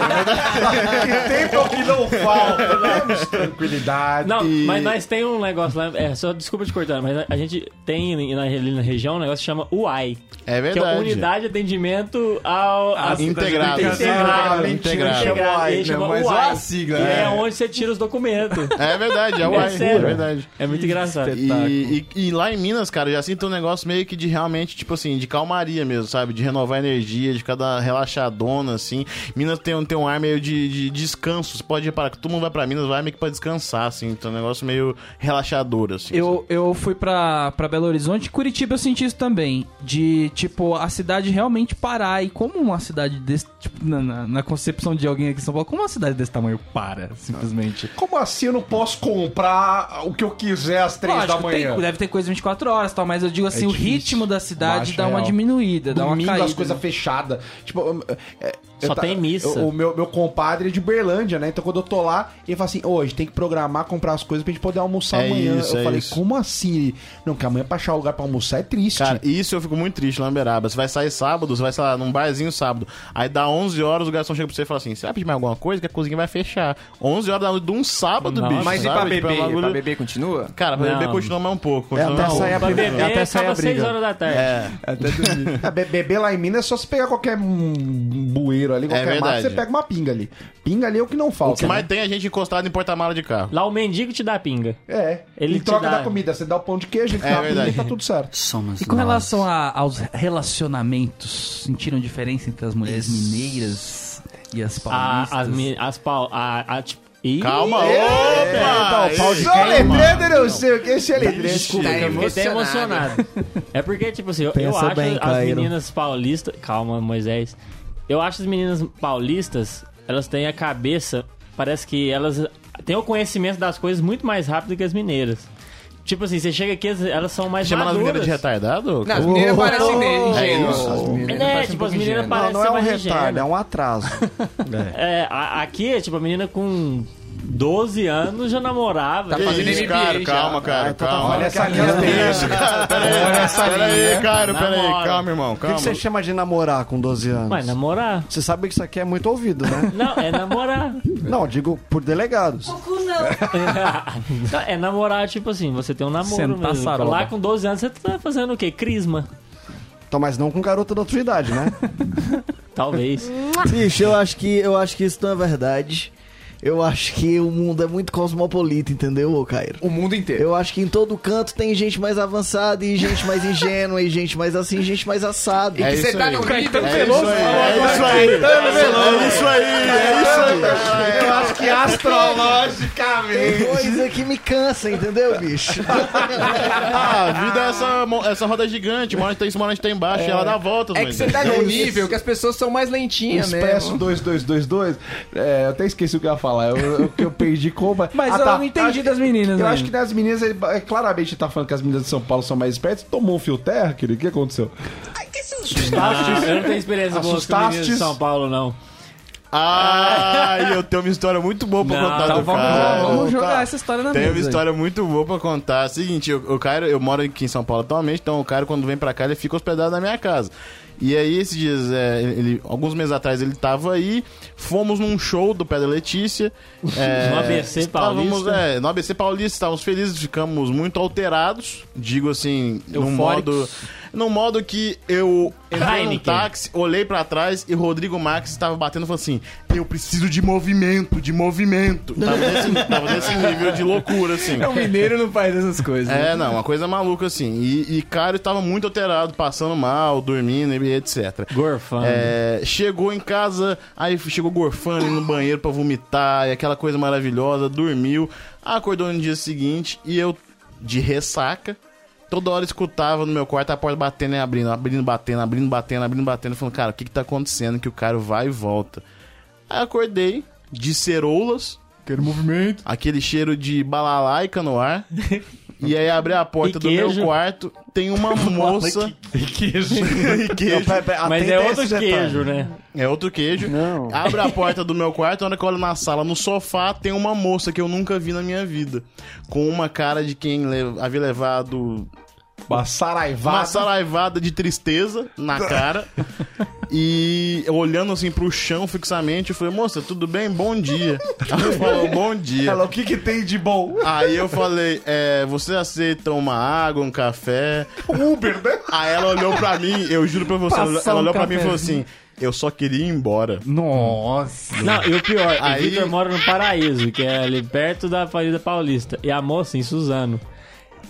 S2: Tranquilidade.
S3: Não, mas nós tem um negócio lá, é, só desculpa te cortar, mas a, a gente tem em- na, ali na região um negócio que chama UAI. Que
S7: É
S3: é
S7: verdade.
S3: Unidade de Atendimento ao... à-
S7: Integrado.
S3: Integrado.
S7: Integrado. Integrado.
S3: Integrado.
S4: UAI,
S3: Ele chama
S4: não, mas
S3: UAI.
S4: é a sigla,
S3: E
S4: né?
S3: é onde você tira os documentos.
S7: É verdade, é o
S3: É
S7: é, é
S3: sério.
S7: verdade.
S3: É muito engraçado.
S7: E, e- e lá em Minas, cara, eu já sinto um negócio meio que de realmente, tipo assim, de calmaria mesmo, sabe? De renovar a energia, de cada relaxadona, assim. Minas tem, um- tem um ar meio de, de descanso. Você pode reparar que todo mundo vai pra Minas, vai meio que pra descansar, assim. Então é um negócio meio relaxador, assim.
S1: Eu, eu fui pra, pra Belo Horizonte, Curitiba eu senti isso também. De, tipo, a cidade realmente parar. E como uma cidade desse. Tipo, na, na- na concepção de alguém aqui em São Paulo, como uma cidade desse tamanho para, simplesmente?
S8: Como assim eu não posso comprar o que eu quiser às três
S1: Lógico,
S8: da manhã?
S1: tem- deve ter coisa 24 horas e tal, mas eu digo assim, o
S8: difícil.
S1: ritmo da cidade
S8: Baixo,
S1: dá uma
S8: real.
S1: diminuída, dá uma
S8: Domingo
S1: caída. né?
S8: as coisas fechadas. Tipo, eu- é, eu
S3: Só tem missa.
S8: eu- O meu, meu compadre é de Berlândia, né? Então quando eu tô lá, ele fala assim: hoje tem que programar, comprar as coisas pra gente poder almoçar
S7: É
S8: amanhã.
S7: isso,
S8: eu
S7: é
S8: falei:
S7: isso.
S8: como assim? Ele, não, que amanhã pra achar lugar pra almoçar é triste.
S7: Cara, isso eu fico muito triste lá em Uberaba. Você vai sair sábado, você vai, sei lá, num barzinho sábado. Aí dá 11 horas, o garçom chega pra você e fala assim: Você vai pedir mais alguma coisa? Que a cozinha vai fechar. 11 horas da noite de um sábado,
S3: Nossa.
S7: bicho.
S4: Mas e
S7: sabe?
S4: pra
S7: Tipo, é um
S4: beber?
S7: bagulho-
S4: Pra beber continua?
S7: Cara, pra beber
S3: Não.
S7: continua mais um pouco.
S6: É,
S7: continua
S6: até
S7: mais um
S6: sair a
S3: Pra
S6: primeira.
S3: beber,
S6: até sair a
S3: acaba 6
S6: briga.
S3: horas da tarde.
S8: É, be- beber lá em Minas é só se pegar qualquer hum, bueiro ali, qualquer mato,
S7: É verdade.
S8: você pega uma pinga ali. Pinga ali é o que não
S7: O que
S8: falta.
S2: né?
S7: mais tem é a gente encostado em porta-mala de carro.
S3: Lá o mendigo te dá pinga.
S8: É.
S3: Ele
S8: em
S3: te
S8: troca
S3: dá-
S8: da comida, você dá o pão de queijo, ele
S7: É
S8: dá a pinga
S7: verdade.
S8: e tá tudo certo.
S1: E com relação a- aos relacionamentos, sentiram diferença entre as mulheres mineiras e as
S2: Ah,
S3: A-
S1: paulistas?
S3: as, mi- as pau... A, a, tipo, Ih,
S7: Calma, opa!
S8: Só lembrando, eu não sei o que, esse é letreiro.
S4: Tá
S3: Eu fiquei até emocionado. É porque, tipo assim, eu, eu
S5: Pensa
S3: acho
S5: bem,
S3: as
S5: Caíro.
S3: meninas paulistas. Calma, Moisés. Eu acho as meninas paulistas, elas têm a cabeça. Parece que elas têm o conhecimento das coisas muito mais rápido que as mineiras. Tipo assim, você chega aqui, elas- elas são mais
S7: Chamando as
S3: tá maduras.
S7: mineiras de retardado?
S4: Não, as meninas parecem meio
S7: É
S4: ingênuas.
S7: isso.
S4: As meninas parecem
S3: É,
S4: um
S3: tipo, as
S4: pouco
S3: meninas
S4: ingênuas.
S6: Não,
S3: parecem
S6: não é um
S3: mais
S6: retardo,
S3: ingênuas.
S6: é um atraso.
S3: É, a- aqui, tipo, a menina com 12 anos já namorava.
S7: Que
S3: já-
S4: fazendo
S7: isso,
S4: MBA
S7: cara,
S4: já.
S7: calma, cara, calma.
S8: Olha essa
S6: é
S7: Que
S8: lista.
S7: isso, cara, peraí, peraí, cara, peraí,
S3: Namora.
S7: calma, irmão,
S6: O que,
S7: calma.
S6: que você chama de namorar com 12 anos?
S3: Mas namorar.
S6: Você sabe que isso aqui é muito ouvido, né?
S3: Não, é namorar.
S6: não, digo por delegados.
S3: Não, é namorar, tipo assim, você tem um namoro
S1: Sentar
S3: mesmo.
S1: saroba.
S3: Lá com 12 anos você tá fazendo o quê? Crisma.
S6: Então, mas não com garota da tua idade, né?
S3: Talvez.
S5: Bicho, eu acho que eu acho que isso não é verdade. Eu acho que o mundo é muito cosmopolita, entendeu, ô Cairo?
S4: O mundo inteiro.
S5: Eu acho que em todo canto tem gente mais avançada e gente mais ingênua e gente mais assim, e gente mais assada.
S7: É
S4: Que
S7: isso
S4: você tá
S7: aí.
S4: no Caetano
S7: É isso aí, é isso aí, é isso aí, é isso aí.
S8: Eu acho que astrologicamente.
S5: Tem coisa que me cansa, entendeu, bicho?
S7: Ah, a vida é essa, mo- essa roda gigante, uma hora tá em cima, uma hora tá embaixo, e ela dá voltas,
S4: É que
S7: mas-
S4: você tá num nível que as pessoas são mais lentinhas, né?
S8: um Expresso 2222. É, eu até esqueci o que eu ia falar. Eu, eu, que eu perdi como.
S1: Mas eu não entendi
S8: acho que-
S1: das meninas,
S8: Eu
S1: né?
S8: acho que das meninas, ele, é, claramente, ele tá falando que as meninas de São Paulo são mais espertas. Tomou um fio terra, querido. O que aconteceu?
S3: Ah, eu não tenho experiência com os
S8: Assustastes.
S3: meninos de São Paulo, não.
S7: Ah, e eu tenho uma história muito boa pra
S3: Não,
S7: contar
S3: então
S7: do
S3: vamos-
S7: cara. Tá.
S1: Vamos jogar essa história na
S7: Tem
S1: mesa.
S7: uma história muito boa pra contar. Seguinte, o, o Cairo, eu moro aqui em São Paulo atualmente, então o Cairo, quando vem pra cá, ele fica hospedado na minha casa. E aí, esses dias, é, ele- alguns meses atrás, ele tava aí, fomos num show do Pedra Letícia. É,
S3: No ABC
S7: estávamos,
S3: Paulista.
S7: É, no ABC Paulista, estávamos felizes, ficamos muito alterados, digo assim, num
S1: Eufóricos.
S7: modo, num modo que eu entrei num
S3: Heineken.
S7: táxi, olhei pra trás e Rodrigo Max estava batendo e falou assim, eu preciso de movimento, de movimento. Tava nesse, tava nesse nível de loucura, assim.
S4: O mineiro não faz essas coisas.
S7: É, não, uma coisa maluca assim. E, e cara, eu tava muito alterado, passando mal, dormindo e etc.
S3: Gorfando.
S7: É, chegou em casa, aí chegou gorfando indo no banheiro pra vomitar, e aquela coisa maravilhosa, dormiu, acordou no dia seguinte e eu, de ressaca, toda hora escutava no meu quarto a porta batendo e abrindo, abrindo, batendo, abrindo, batendo, abrindo, batendo, falando, cara, o que que tá acontecendo que o cara vai e volta? Aí acordei, de ceroulas, Aquele movimento. Aquele cheiro de balalaica no ar. E aí abri a porta
S3: E
S7: do meu
S3: queijo.
S7: quarto, tem uma moça.
S2: E queijo.
S7: e queijo.
S3: Mas é outro queijo, né?
S7: É outro queijo.
S6: Não.
S7: Abre a porta do meu quarto, a hora que eu olho na sala, no sofá, tem uma moça que eu nunca vi na minha vida. Com uma cara de quem le- havia levado
S2: Uma
S7: uma
S2: saraivada.
S7: saraivada de tristeza na cara. e eu olhando assim pro chão fixamente, eu falei, moça, tudo bem? Bom dia. Ela falou, bom dia.
S2: o que que tem de bom?
S7: Aí eu falei, é, você aceita uma água, um café?
S2: Uber, né?
S7: Aí ela olhou pra mim, eu juro pra você, ela-
S1: Passar
S7: ela
S1: um
S7: olhou pra mim e falou
S1: cafezinho.
S7: assim, eu só queria ir embora.
S1: Nossa.
S3: Não, e o pior,
S7: Aí-
S3: o Vitor mora no Paraíso, que é ali perto da Avenida Paulista. E a moça em Suzano.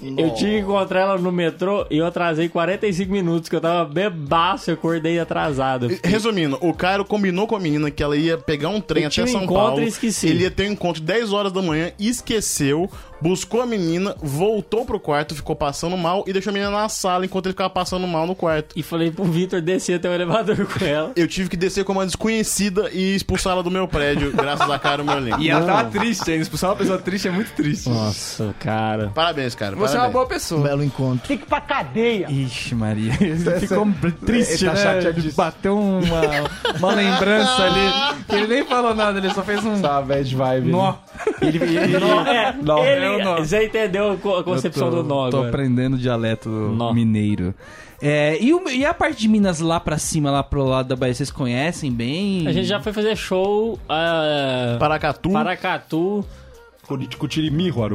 S3: Eu tinha que encontrar ela no metrô e eu atrasei 45 minutos, que eu tava bebaço, eu acordei atrasado.
S7: Resumindo, o cara combinou com a menina que ela ia pegar um trem
S3: Eu
S7: até
S3: tinha um
S7: São
S3: encontro
S7: Paulo.
S3: e esqueci.
S7: Ele ia ter um encontro 10 horas da manhã, esqueceu, buscou a menina, voltou pro quarto, ficou passando mal e deixou a menina na sala enquanto ele ficava passando mal no quarto.
S3: E falei pro Vitor descer até o elevador com ela.
S7: Eu tive que descer com uma desconhecida e expulsá-la do meu prédio, graças a cara meu
S1: E ela
S4: tá
S1: tava triste ainda. Expulsar uma pessoa triste é muito triste.
S3: Nossa, cara.
S7: Parabéns, cara.
S4: Você é uma
S7: parabéns.
S4: boa pessoa.
S5: Belo encontro.
S1: Ixi, Maria. Ficou triste,
S2: Ele tá
S1: né?
S2: chateadíssimo.
S1: Bateu uma, uma lembrança ali. que Ele nem falou nada, ele só fez um...
S2: Tá, bad vibe.
S1: Nó.
S2: Ele, ele-
S3: Não, é,
S2: Não,
S1: eu
S3: ele,
S1: não.
S3: você entendeu a co- a concepção
S1: Eu tô,
S3: do nó
S1: Tô
S3: agora.
S1: aprendendo o dialeto
S3: Nó.
S1: mineiro. É, e, o- e a parte de Minas lá pra cima, lá pro lado da Bahia, vocês conhecem bem?
S3: A gente já foi fazer show ah,
S7: Paracatu,
S3: Paracatu.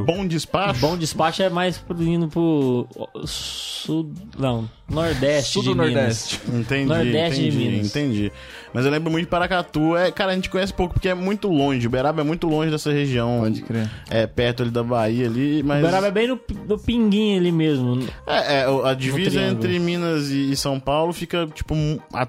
S7: bom despacho.
S3: Bom despacho é mais pro- indo pro sul, não, nordeste
S1: Sul
S3: de
S1: do
S3: Minas.
S1: Nordeste.
S7: Entendi,
S3: Nordeste de
S7: entendi,
S3: Minas.
S7: entendi. Mas eu lembro muito de Paracatu. É, cara, a gente conhece pouco porque é muito longe. Uberaba é muito longe dessa região. Pode
S1: crer.
S7: É, perto ali da Bahia ali, mas...
S3: Uberaba é bem no, no pinguinho ali mesmo,
S7: É, é, o- a divisa
S3: triângulo.
S7: entre Minas e, e São Paulo fica, tipo, um- a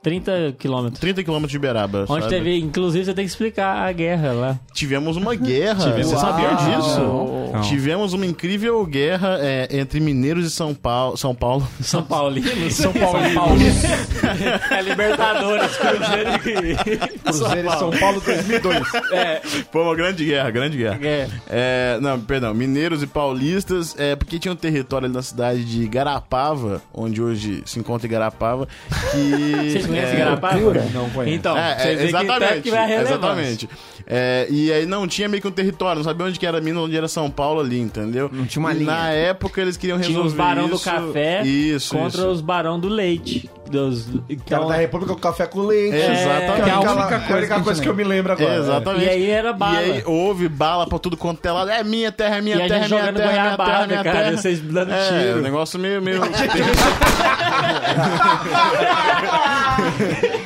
S3: 30 quilômetros.
S7: 30 quilômetros de Uberaba.
S3: Onde
S7: sabe?
S3: teve, inclusive, você tem que explicar a guerra lá.
S7: Tivemos uma guerra. Você sabia disso? Tivemos uma incrível guerra é, entre mineiros e São Paulo. São Paulo.
S3: São Paulino? São Paulo. é Libertadores, Cruzeiro e...
S2: Cruzeiro e São Paulo 2002.
S3: É,
S7: Foi uma grande guerra, grande guerra.
S3: é.
S7: É, não, perdão, mineiros e paulistas, é, porque tinha um território ali na cidade de Garapava, onde hoje se encontra Garapava, que...
S3: Vocês conhecem
S7: é,
S3: Garapava?
S4: né?
S2: Não conheço.
S3: Então,
S7: É,
S3: vocês
S7: é,
S3: veem que tanto
S7: exatamente.
S3: que vai a relevância.
S7: exatamente. É, e aí não tinha meio que um território, não sabia onde que era Minas, onde era São Paulo ali, entendeu? Não
S4: tinha uma
S7: e
S4: linha.
S7: Na época eles queriam
S3: Tinha
S7: resolver
S3: os barão do
S7: isso-
S3: café
S7: isso,
S3: contra
S7: isso.
S3: os barão do leite. Dos,
S2: Cara
S3: então,
S2: da República com café com leite.
S7: É,
S2: Que
S7: exatamente.
S2: é a
S1: Aquela-
S2: única coisa,
S1: única coisa
S2: que eu me lembro agora.
S7: Exatamente.
S3: é. E aí era bala.
S7: E aí houve bala pra tudo quanto é lado. É minha terra, é minha
S3: E a
S7: terra,
S3: gente
S7: é minha
S3: jogando
S7: terra, é minha terra, é
S3: goiabada,
S7: minha
S3: cara,
S7: terra.
S3: vocês dando
S7: é,
S3: tiro.
S7: o negócio meio... meio...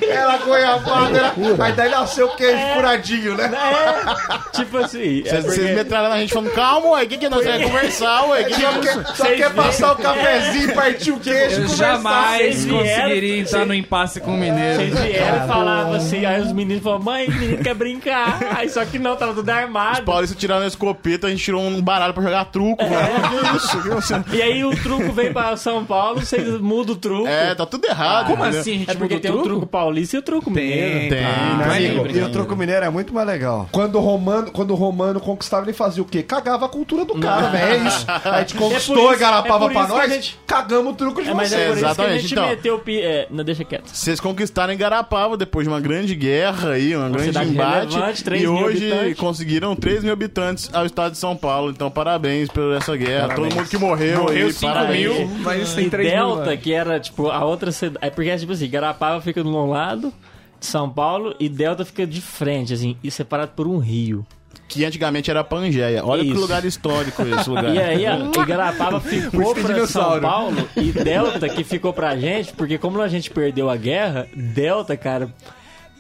S2: Ela goiabada, era... mas daí nasceu o queijo furadinho, né?
S3: É, tipo assim. é
S7: Vocês
S3: porque-
S7: vocês metralhando a gente falando, calma, ué, o que que nós vamos conversar, ué? Que que
S2: Só
S7: é isso?
S2: quer, só quer passar o cafezinho, partir o queijo.
S1: Eu jamais
S3: vocês vieram-
S1: conseguiria entrar no impasse com o mineiro.
S3: Vocês vieram e falavam assim, aí os meninos falavam, mãe, o menino quer brincar. Aí só que não, tava tudo armado.
S7: Paulista tiraram a escopeta, a gente tirou um baralho pra jogar
S3: É,
S7: truco, mano. Que isso? Que você...
S3: E aí o truco vem pra São Paulo, vocês mudam o truco.
S7: É, tá tudo errado.
S1: Como
S7: entendeu?
S1: assim? A gente
S3: É porque
S1: muda
S3: tem o truco paulista e o truco mineiro.
S7: Tem,
S4: tá.
S1: Ah,
S7: tem.
S1: amigo.
S6: E o troco mineiro é muito mais legal.
S2: Quando o, romano, quando o romano conquistava, ele fazia o quê? Cagava a cultura do cara, velho. É isso. A gente conquistou
S3: isso-
S2: e garapava
S3: é por
S2: pra
S3: isso que a
S2: nós,
S3: gente-
S2: cagamos o truco de
S3: É, mas
S2: vocês.
S3: é por isso que a
S7: Exatamente,
S3: gente
S7: então.
S3: meteu o pi... é, não, deixa quieto.
S7: Vocês conquistaram Garapava depois de uma grande guerra aí, um grande
S3: cidade
S7: embate.
S3: relevante, 3
S7: E
S3: mil
S7: hoje
S3: habitantes.
S7: conseguiram 3 mil habitantes ao estado de São Paulo. Então, parabéns por essa guerra. Todo mundo que morreu.
S1: Morreu
S7: aí,
S1: 5
S7: parabéns.
S1: mil, mas
S3: E
S1: tem 3 mil.
S3: Delta, que era tipo a outra cidade. É porque, tipo assim, Garapava fica de um lado de São Paulo e Delta fica de frente, assim, e separado por um rio.
S7: Que antigamente era Pangeia. Olha que
S3: Isso.
S7: lugar histórico esse lugar.
S3: E aí, a, o Garapava ficou pra São
S1: dinossauro.
S3: Paulo e Delta que ficou pra gente, porque como a gente perdeu a guerra, Delta, cara,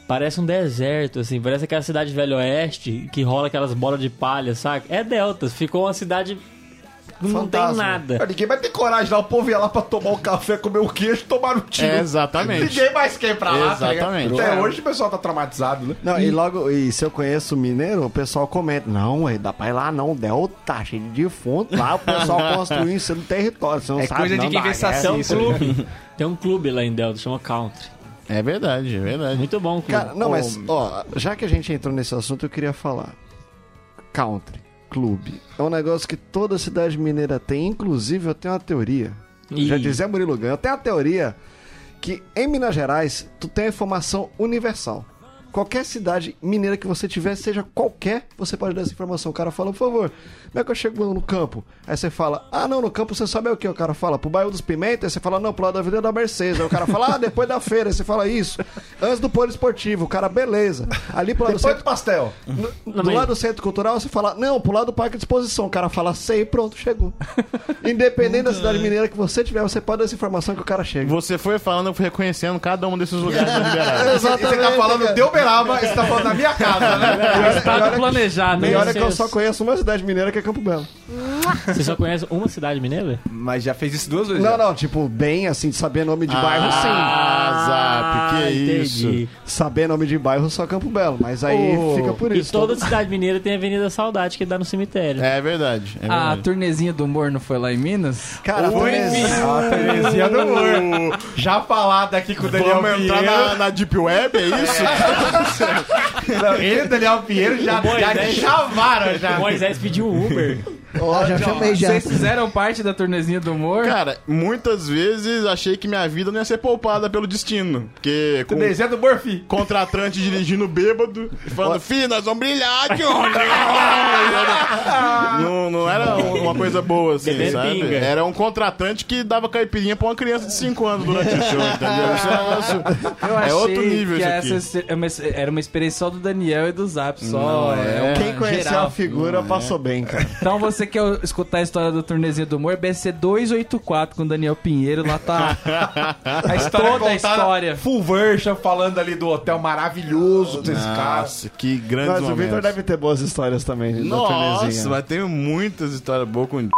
S3: parece um deserto, assim, parece aquela cidade velho oeste que rola aquelas bolas de palha, saca? É Delta, ficou uma cidade. que Não tem
S6: Fantasma.
S3: nada.
S2: Ninguém vai ter coragem lá. O povo ia lá pra tomar o café, comer o queijo, tomar o
S3: tipo,
S2: tiro.
S7: É, exatamente.
S2: Ninguém mais quer ir pra lá. tá ligado?
S7: Exatamente.
S2: Até hoje o pessoal tá traumatizado, né?
S6: Não, e logo, e se eu conheço mineiro, o pessoal comenta. Não, ué, dá pra ir lá não, Delta, cheio de defunto lá, o pessoal construindo isso no território, você não
S4: É
S6: sabe
S4: coisa
S6: não, assim,
S4: de quem
S6: da
S4: vê
S6: guerra.
S3: Tem
S4: saci.
S3: um
S4: isso aí.
S3: clube. Tem um clube lá em Delta, chama Country.
S7: É verdade, é verdade.
S3: Muito bom o clube.
S6: Cara, não, mas, ó, já que a gente entrou nesse assunto, eu queria falar. Country Club. É um negócio que toda cidade mineira tem, inclusive eu tenho uma teoria.
S3: Ih.
S6: Já dizia Murilo Ganho, eu tenho a teoria que em Minas Gerais tu tem a informação universal. Qualquer cidade mineira que você tiver, seja qualquer, você pode dar essa informação. O cara fala, por favor, como é que eu chego no campo? Aí você fala, ah não, no campo você sabe o que? O cara fala, pro bairro dos Pimentas, Aí você fala, não, pro lado da Avenida da Mercedes. Aí o cara fala, ah, depois da feira, Aí você fala isso. Antes do polo esportivo, o cara, beleza. Ali pro lado do
S2: Depois
S6: centro.
S2: do pastel.
S6: No- do
S3: mas-
S6: lado do centro cultural, você fala, não, pro lado do parque de exposição. O cara fala, sei, pronto, chegou. Independente da cidade mineira que você tiver, você pode dar essa informação que o cara chega.
S7: Você foi falando, eu fui reconhecendo cada um desses lugares da Ribeirada.
S6: Exatamente.
S2: Você tá falando de Uberaba, você tá falando da minha casa, né?
S3: Estado planejado.
S6: E
S3: né?
S6: olha é que eu
S3: Você-
S6: só conheço uma cidade mineira que é Campo Belo.
S3: Você só conhece uma cidade mineira?
S4: Mas já fez isso duas vezes.
S6: Não,
S4: já.
S6: não, tipo, bem assim, de saber nome de bairro, sim.
S7: Ah, Zap, que
S3: entendi.
S7: isso.
S6: Saber nome de bairro só Campo Belo, mas aí
S7: Oh.
S6: fica por
S3: E
S6: isso.
S3: toda cidade mineira tem a Avenida Saudade, que dá no cemitério.
S7: É verdade. É
S3: Ah,
S1: A
S7: verdade.
S1: turnezinha do humor não foi lá em Minas?
S6: Cara, Torres- é
S2: Terezinha do Amor. Já falado Tá aqui com o Daniel
S7: Vamos entrar
S2: Pinheiro.
S7: na, na Deep Web, é isso?
S2: Não, ele e o Daniel Pinheiro já, É já
S3: Moisés.
S2: chamaram, já.
S3: O Moisés pediu um Uber.
S5: Ó, já chamei já.
S1: Vocês fizeram parte da turnezinha do humor?
S7: Cara, muitas vezes achei que minha vida não ia ser poupada pelo destino. Porque com
S2: Terezinha do Murphy.
S7: contratante dirigindo bêbado, falando, filho, nós vamos brilhar, Johnny! não, não era um- uma coisa boa, assim,
S3: Bebendo
S7: sabe?
S3: pinga.
S7: Era um contratante que dava caipirinha pra uma criança de 5 anos durante o show, entendeu? Isso é um negócio-
S1: Eu
S7: é
S1: achei
S7: outro nível
S1: que
S7: isso aqui.
S1: essa se- é uma- era uma experiência só do Daniel e do Zap, só. é uma
S6: Quem conheceu
S1: geral.
S6: a figura passou bem, cara.
S1: Então você quer escutar a história do turnezinha do humor? É BC 284 com Daniel Pinheiro, lá tá a história toda a história.
S2: Full version falando ali do hotel maravilhoso que vocês ficaram.
S7: Nossa, que grandes
S6: Mas o
S7: momentos.
S6: Victor deve ter boas histórias também. né, da
S7: Nossa,
S6: Tornezinha.
S7: mas tem muitas histórias boas com...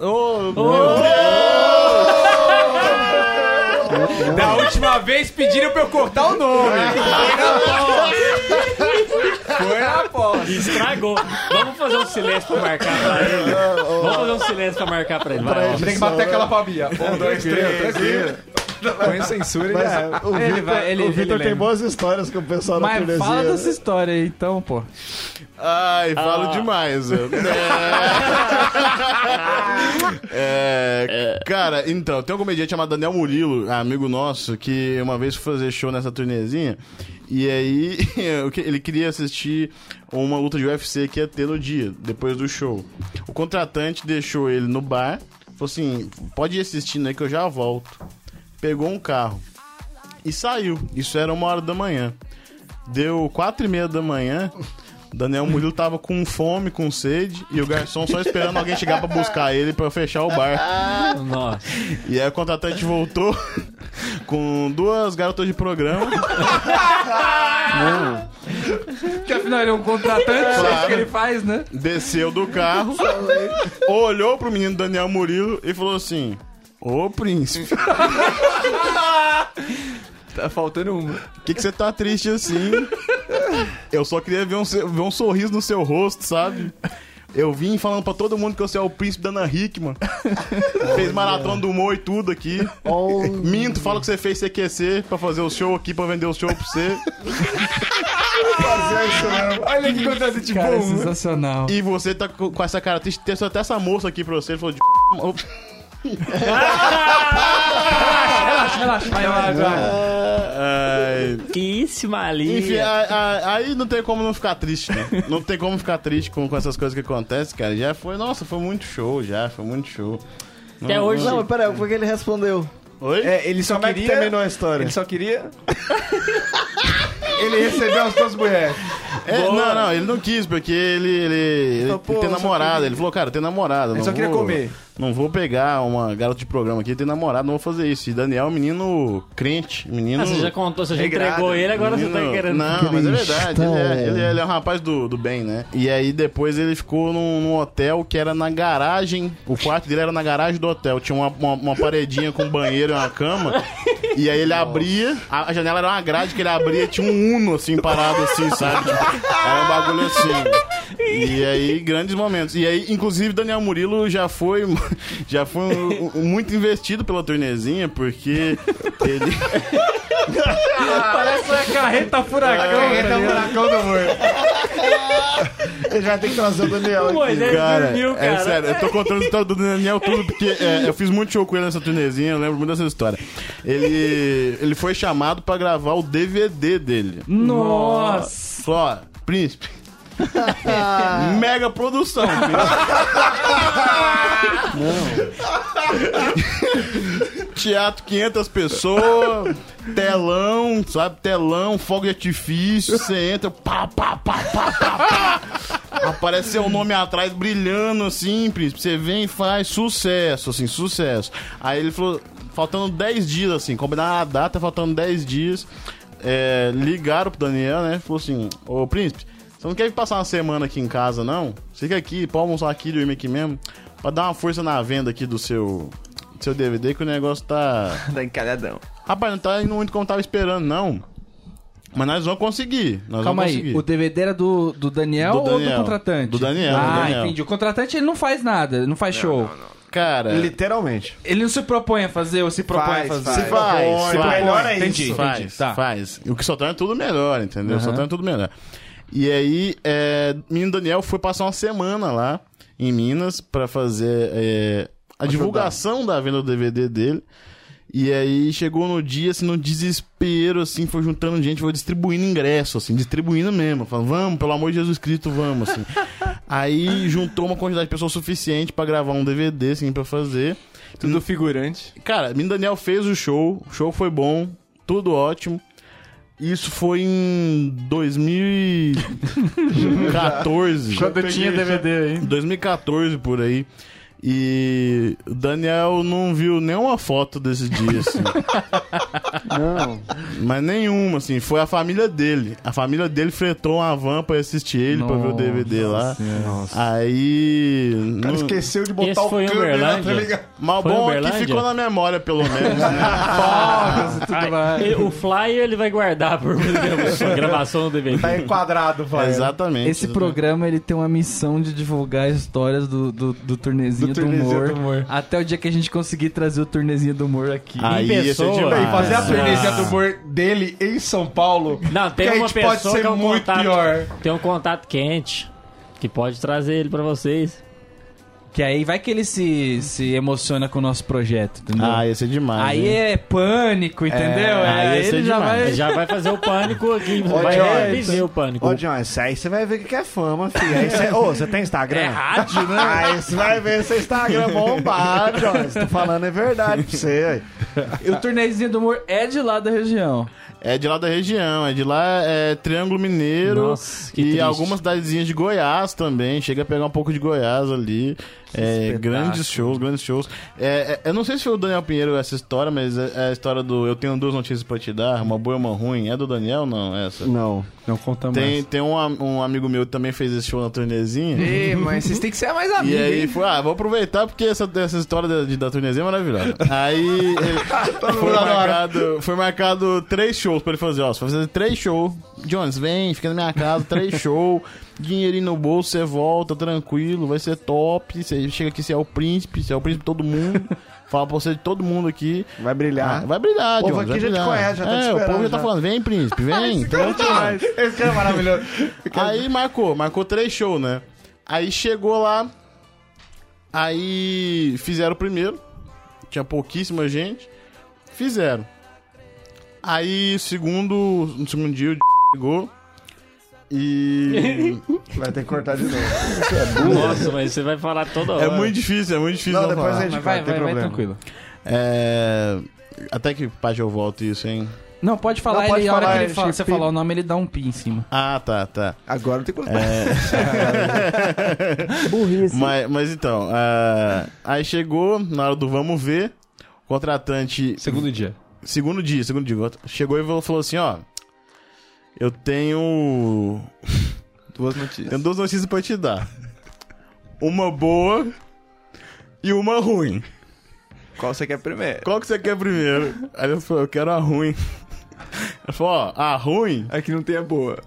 S7: Oh,
S1: Da última vez pediram pra eu cortar o nome.
S4: é
S3: Estragou. Vamos fazer um silêncio pra marcar pra ele. Vamos fazer um silêncio pra marcar pra ele. Vai, ó.
S2: Tem que bater aquela fabia. Um, dois, três.
S4: Põe censura e
S6: Mas
S4: já.
S6: o
S1: Ele
S6: Victor,
S1: vai- ele-
S6: o Victor
S1: ele
S6: tem
S1: lembra.
S6: boas histórias com o pessoal da
S1: Mas
S6: Tornezinha.
S1: fala dessa história aí, então, pô.
S7: Ai, falo
S3: Ah.
S7: demais. eu- É... É, Cara, então, tem um comediante chamado Daniel Murilo, amigo nosso, que uma vez foi fazer show nessa turnezinha. E aí, o que- ele queria assistir uma luta de UFC que ia ter no dia, depois do show. O contratante deixou ele no bar, falou assim: pode ir assistindo aí que eu já volto. Pegou um carro e saiu. Isso era uma hora da manhã. Deu quatro e meia da manhã. Daniel Murilo tava com fome, com sede, e o garçom só esperando alguém chegar pra buscar ele pra fechar o bar.
S3: Nossa.
S7: E aí o contratante voltou com duas garotas de programa.
S1: Porque afinal ele é um contratante, é isso que ele faz, né?
S7: tá? desceu do carro, olhou pro menino Daniel Murilo e falou assim: Ô príncipe. tá faltando
S4: Tá
S7: uma. Que que você tá triste assim? Eu só queria ver um, se- ver um sorriso no seu rosto, sabe? Eu vim falando pra todo mundo que você é o príncipe da Ana Hickman. fez maratona do humor e tudo aqui. Minto, fala que você fez CQC pra fazer o show aqui, pra vender o show pra você.
S1: Olha que contratante tipo, Cara, é sensacional.
S7: E você tá co- com essa cara triste, tem até essa moça aqui pra você, ele falou de...
S1: Relaxa, relaxa, vai, vai, vai.
S7: Ai,
S3: Que isso,
S4: é.
S7: Enfim,
S3: Maria.
S7: a- a- aí não tem como não ficar triste, né? Não tem como ficar triste com, com essas coisas que acontecem, cara. Já foi, nossa, foi muito show, já, foi muito show.
S3: Até hoje. ah,
S5: Não, mas peraí, foi que ele respondeu.
S7: Oi?
S4: É, ele só
S6: Como é que
S4: queria.
S6: terminou a história?
S4: Ele só queria.
S2: Ele recebeu as duas mulheres.
S7: É, não, não, ele não quis, porque ele, ele, ele
S4: Pô,
S7: tem
S4: eu só
S7: namorada.
S4: queria-
S7: Ele falou, cara, tem namorada.
S4: Ele
S7: não
S4: só queria
S7: vou-
S4: comer.
S7: Não vou pegar uma garota de programa aqui, tem namorada, não vou fazer isso. E Daniel é um menino crente, menino...
S3: Ah, você já contou, você já
S4: Regrado.
S3: entregou ele, agora você tá
S7: Menino-
S3: querendo.
S7: Não, mas é verdade. Ele é,
S5: Cristão.
S7: ele é- ele é um rapaz do, do bem, né? E aí depois ele ficou num, num hotel que era na garagem. O quarto dele era na garagem do hotel. Tinha uma, uma, uma paredinha com um banheiro e uma cama. E aí ele abria, a, a janela era uma grade que ele abria e tinha um Uno assim parado assim, sabe? Tipo, Era um bagulho assim. E aí, grandes momentos. E aí, inclusive, Daniel Murilo já foi, já foi um- um- muito investido pela turnezinha, porque ele.
S3: é
S1: Parece uma carreta furacão.
S2: Ele tá um buracão do amor.
S6: Ele já tem que trazer o Daniel. aqui.
S3: Moisés dormiu, cara.
S7: É sério, eu tô contando a história do Daniel tudo, porque é, eu fiz muito show com ele nessa turnezinha, eu lembro muito dessa história. Ele, ele foi chamado pra gravar o DVD dele.
S1: Nossa!
S7: Só, príncipe. Mega produção, príncipe. Não. Teatro 500 pessoas, telão, sabe? Telão, fogo de artifício, você entra, pá, pá, pá, pá, pá, pá. Aparece seu um nome atrás brilhando assim, príncipe. Você vem e faz sucesso, assim, sucesso. Aí ele falou, faltando 10 dias, assim, combinar a data, faltando 10 dias. é, ligaram pro Daniel, né? Falou assim: Ô príncipe, você não quer passar uma semana aqui em casa, não? Fica aqui, pode almoçar aqui, dormir aqui mesmo. Pra dar uma força na venda aqui do seu, do seu DVD, que o negócio tá.
S4: Tá encalhadão.
S7: Rapaz, não tá indo muito como tava esperando, não. Mas nós vamos conseguir. Nós
S1: Calma
S7: vamos
S1: aí,
S7: conseguir.
S1: o DVD era do, do, Daniel
S7: Do
S1: ou do
S7: Daniel.
S1: contratante?
S7: Do Daniel,
S1: Ah,
S7: do Daniel.
S1: entendi. O contratante ele não faz nada, não faz show.
S7: Cara.
S6: Literalmente.
S1: Ele não se propõe a fazer ou se propõe a
S4: Faz,
S1: fazer.
S4: faz.
S7: Se faz,
S4: Põe,
S7: faz.
S4: melhora
S7: entendi,
S1: isso.
S7: Faz,
S1: Entendi, tá.
S7: faz. O que só torna tudo melhor, entendeu? Só torna tudo melhor. E aí, é, menino Daniel foi passar uma semana lá em Minas pra fazer é, a divulgação da venda do DVD dele. E aí chegou no dia, assim, no desespero, assim, foi juntando gente, foi distribuindo ingresso, assim, distribuindo mesmo. Falando, vamos, pelo amor de Jesus Cristo, vamos, assim. aí juntou uma quantidade de pessoas suficiente pra gravar um DVD, assim, pra fazer.
S4: Tudo figurante.
S7: Cara, Menino Daniel fez o show, o show foi bom, tudo ótimo. Isso foi em 2014.
S4: Quando tinha DVD aí.
S7: 2014 por aí. E o Daniel não viu nenhuma foto desse dia, assim. não. Mas nenhuma, assim. Foi a família dele. A família dele fretou uma van pra assistir ele, pra ver o DVD lá. Aí.
S6: Cara,
S7: não-
S6: esqueceu de botar
S3: Esse
S6: o
S3: foi
S6: câmera, tá
S3: Uberlândia.
S6: ligado?
S7: Mas o
S3: Foi
S7: bom é que
S3: Uberlândia?
S7: ficou na memória, pelo menos. né?
S3: Ele- o flyer ele vai guardar por muito tempo. A gravação do DVD.
S6: Tá enquadrado,
S2: É,
S6: vai.
S7: Exatamente.
S1: Esse
S7: programa
S1: programa ele tem uma missão de divulgar histórias do, do, do turnezinho do,
S6: turnezinho
S1: humor,
S6: do humor.
S1: Até o dia que a gente conseguir trazer o turnezinho do humor aqui.
S7: Aí
S3: Em
S7: ia ser
S3: pessoa.
S7: demais.
S6: E fazer é a
S3: Ah.
S6: turnêzinha do humor dele em São Paulo.
S3: Não, tem
S6: que a
S3: uma
S6: gente pode
S3: pessoa
S6: ser
S3: que é um
S6: muito
S3: contato,
S6: pior.
S3: tem um contato quente que pode trazer ele pra vocês.
S1: Que aí vai que ele se, se emociona com o nosso projeto, entendeu?
S7: Ah, ia ser demais.
S1: aí
S7: hein?
S1: é pânico, entendeu? É,
S7: aí
S1: aí
S7: ia ser
S1: ele já
S7: demais.
S1: vai.
S3: Ele já vai fazer o pânico aqui,
S6: Ô,
S3: vai
S6: Jorge.
S3: reviver o pânico.
S6: Ô, John, isso aí você vai ver o que que é fama, filho. Aí você... Ô, você tem Instagram?
S3: É rádio, né?
S6: Aí você vai ver seu Instagram é bombado, John. Você tá falando é verdade pra você. aí.
S1: E o turnezinho do humor é de lá da região.
S7: É de lá da região, é de lá é Triângulo Mineiro
S3: Nossa, que
S7: e
S3: triste.
S7: algumas cidadezinhas de Goiás também. Chega a pegar um pouco de Goiás ali. É, grandes shows, grandes shows. É, é, eu não sei se foi o Daniel Pinheiro essa história, mas é, é a história do Eu tenho duas notícias pra te dar, uma boa e uma ruim. É do Daniel não essa?
S6: Não.
S2: Não conta
S7: Tem, tem um, am- um amigo meu que também fez esse show na turnezinha.
S4: Ei, mas vocês têm que ser mais
S7: E
S4: amigos.
S7: aí foi, ah, vou aproveitar porque essa, essa história da, de- da turnezinha é maravilhosa. Aí ele- foi, marcado, foi marcado três shows pra ele fazer, ó. Você vai fazer três shows. Jones, vem, fica na minha casa, três shows. Dinheirinho no bolso, você volta, tranquilo, vai ser top. Você chega aqui, você é o príncipe, você é o príncipe de todo mundo. Fala pra você de todo mundo aqui.
S6: Vai brilhar.
S7: Ah, vai brilhar,
S6: O povo aqui
S7: Jones. vai
S6: já te
S7: brilhar.
S6: conhece, já tá te
S7: É, o povo
S6: esperando
S7: já tá
S6: já.
S7: falando, vem, príncipe, vem.
S6: Esse cara é maravilhoso.
S7: Aí marcou, marcou três shows, né? Aí chegou lá, aí fizeram o primeiro, tinha pouquíssima gente, fizeram. Aí segundo, no segundo dia o d- chegou e
S6: Vai ter que cortar de novo.
S3: Nossa, mas você vai falar toda hora.
S7: é muito difícil, é muito difícil.
S6: Não,
S7: não
S6: depois
S7: falar.
S6: a gente
S1: Mas
S6: vai,
S1: vai,
S6: não tem
S1: vai, vai
S6: problema.
S1: tranquilo.
S7: É, até que parte eu volto isso, hein?
S1: Não, pode falar,
S6: Não, pode
S1: ele, a hora
S6: falar,
S1: que ele fala,
S6: Chico.
S1: você falar o nome, ele dá um pin em cima.
S7: Ah, tá, tá.
S6: Agora não tem problema.
S7: Mas, mas então, ah, aí chegou na hora do vamos ver, o contratante
S2: Segundo dia.
S7: Segundo dia, segundo dia. Chegou e falou assim, ó. Eu tenho.
S4: Duas notícias.
S7: Tenho duas notícias pra te dar. Uma boa e uma ruim.
S4: Qual você quer primeiro?
S7: Qual que você quer primeiro? Aí ele falou, eu quero a ruim. Ele falou, ó, a ruim
S4: Aqui não tem a boa.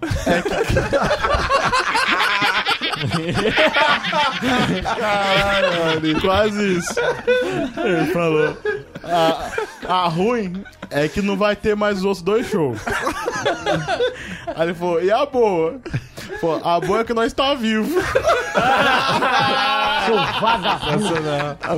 S4: É,
S7: Quase isso. Ele falou. A, a ruim é que não vai ter mais os outros dois shows. Aí ele falou, e a boa? Pô, a boa é que nós tá vivo.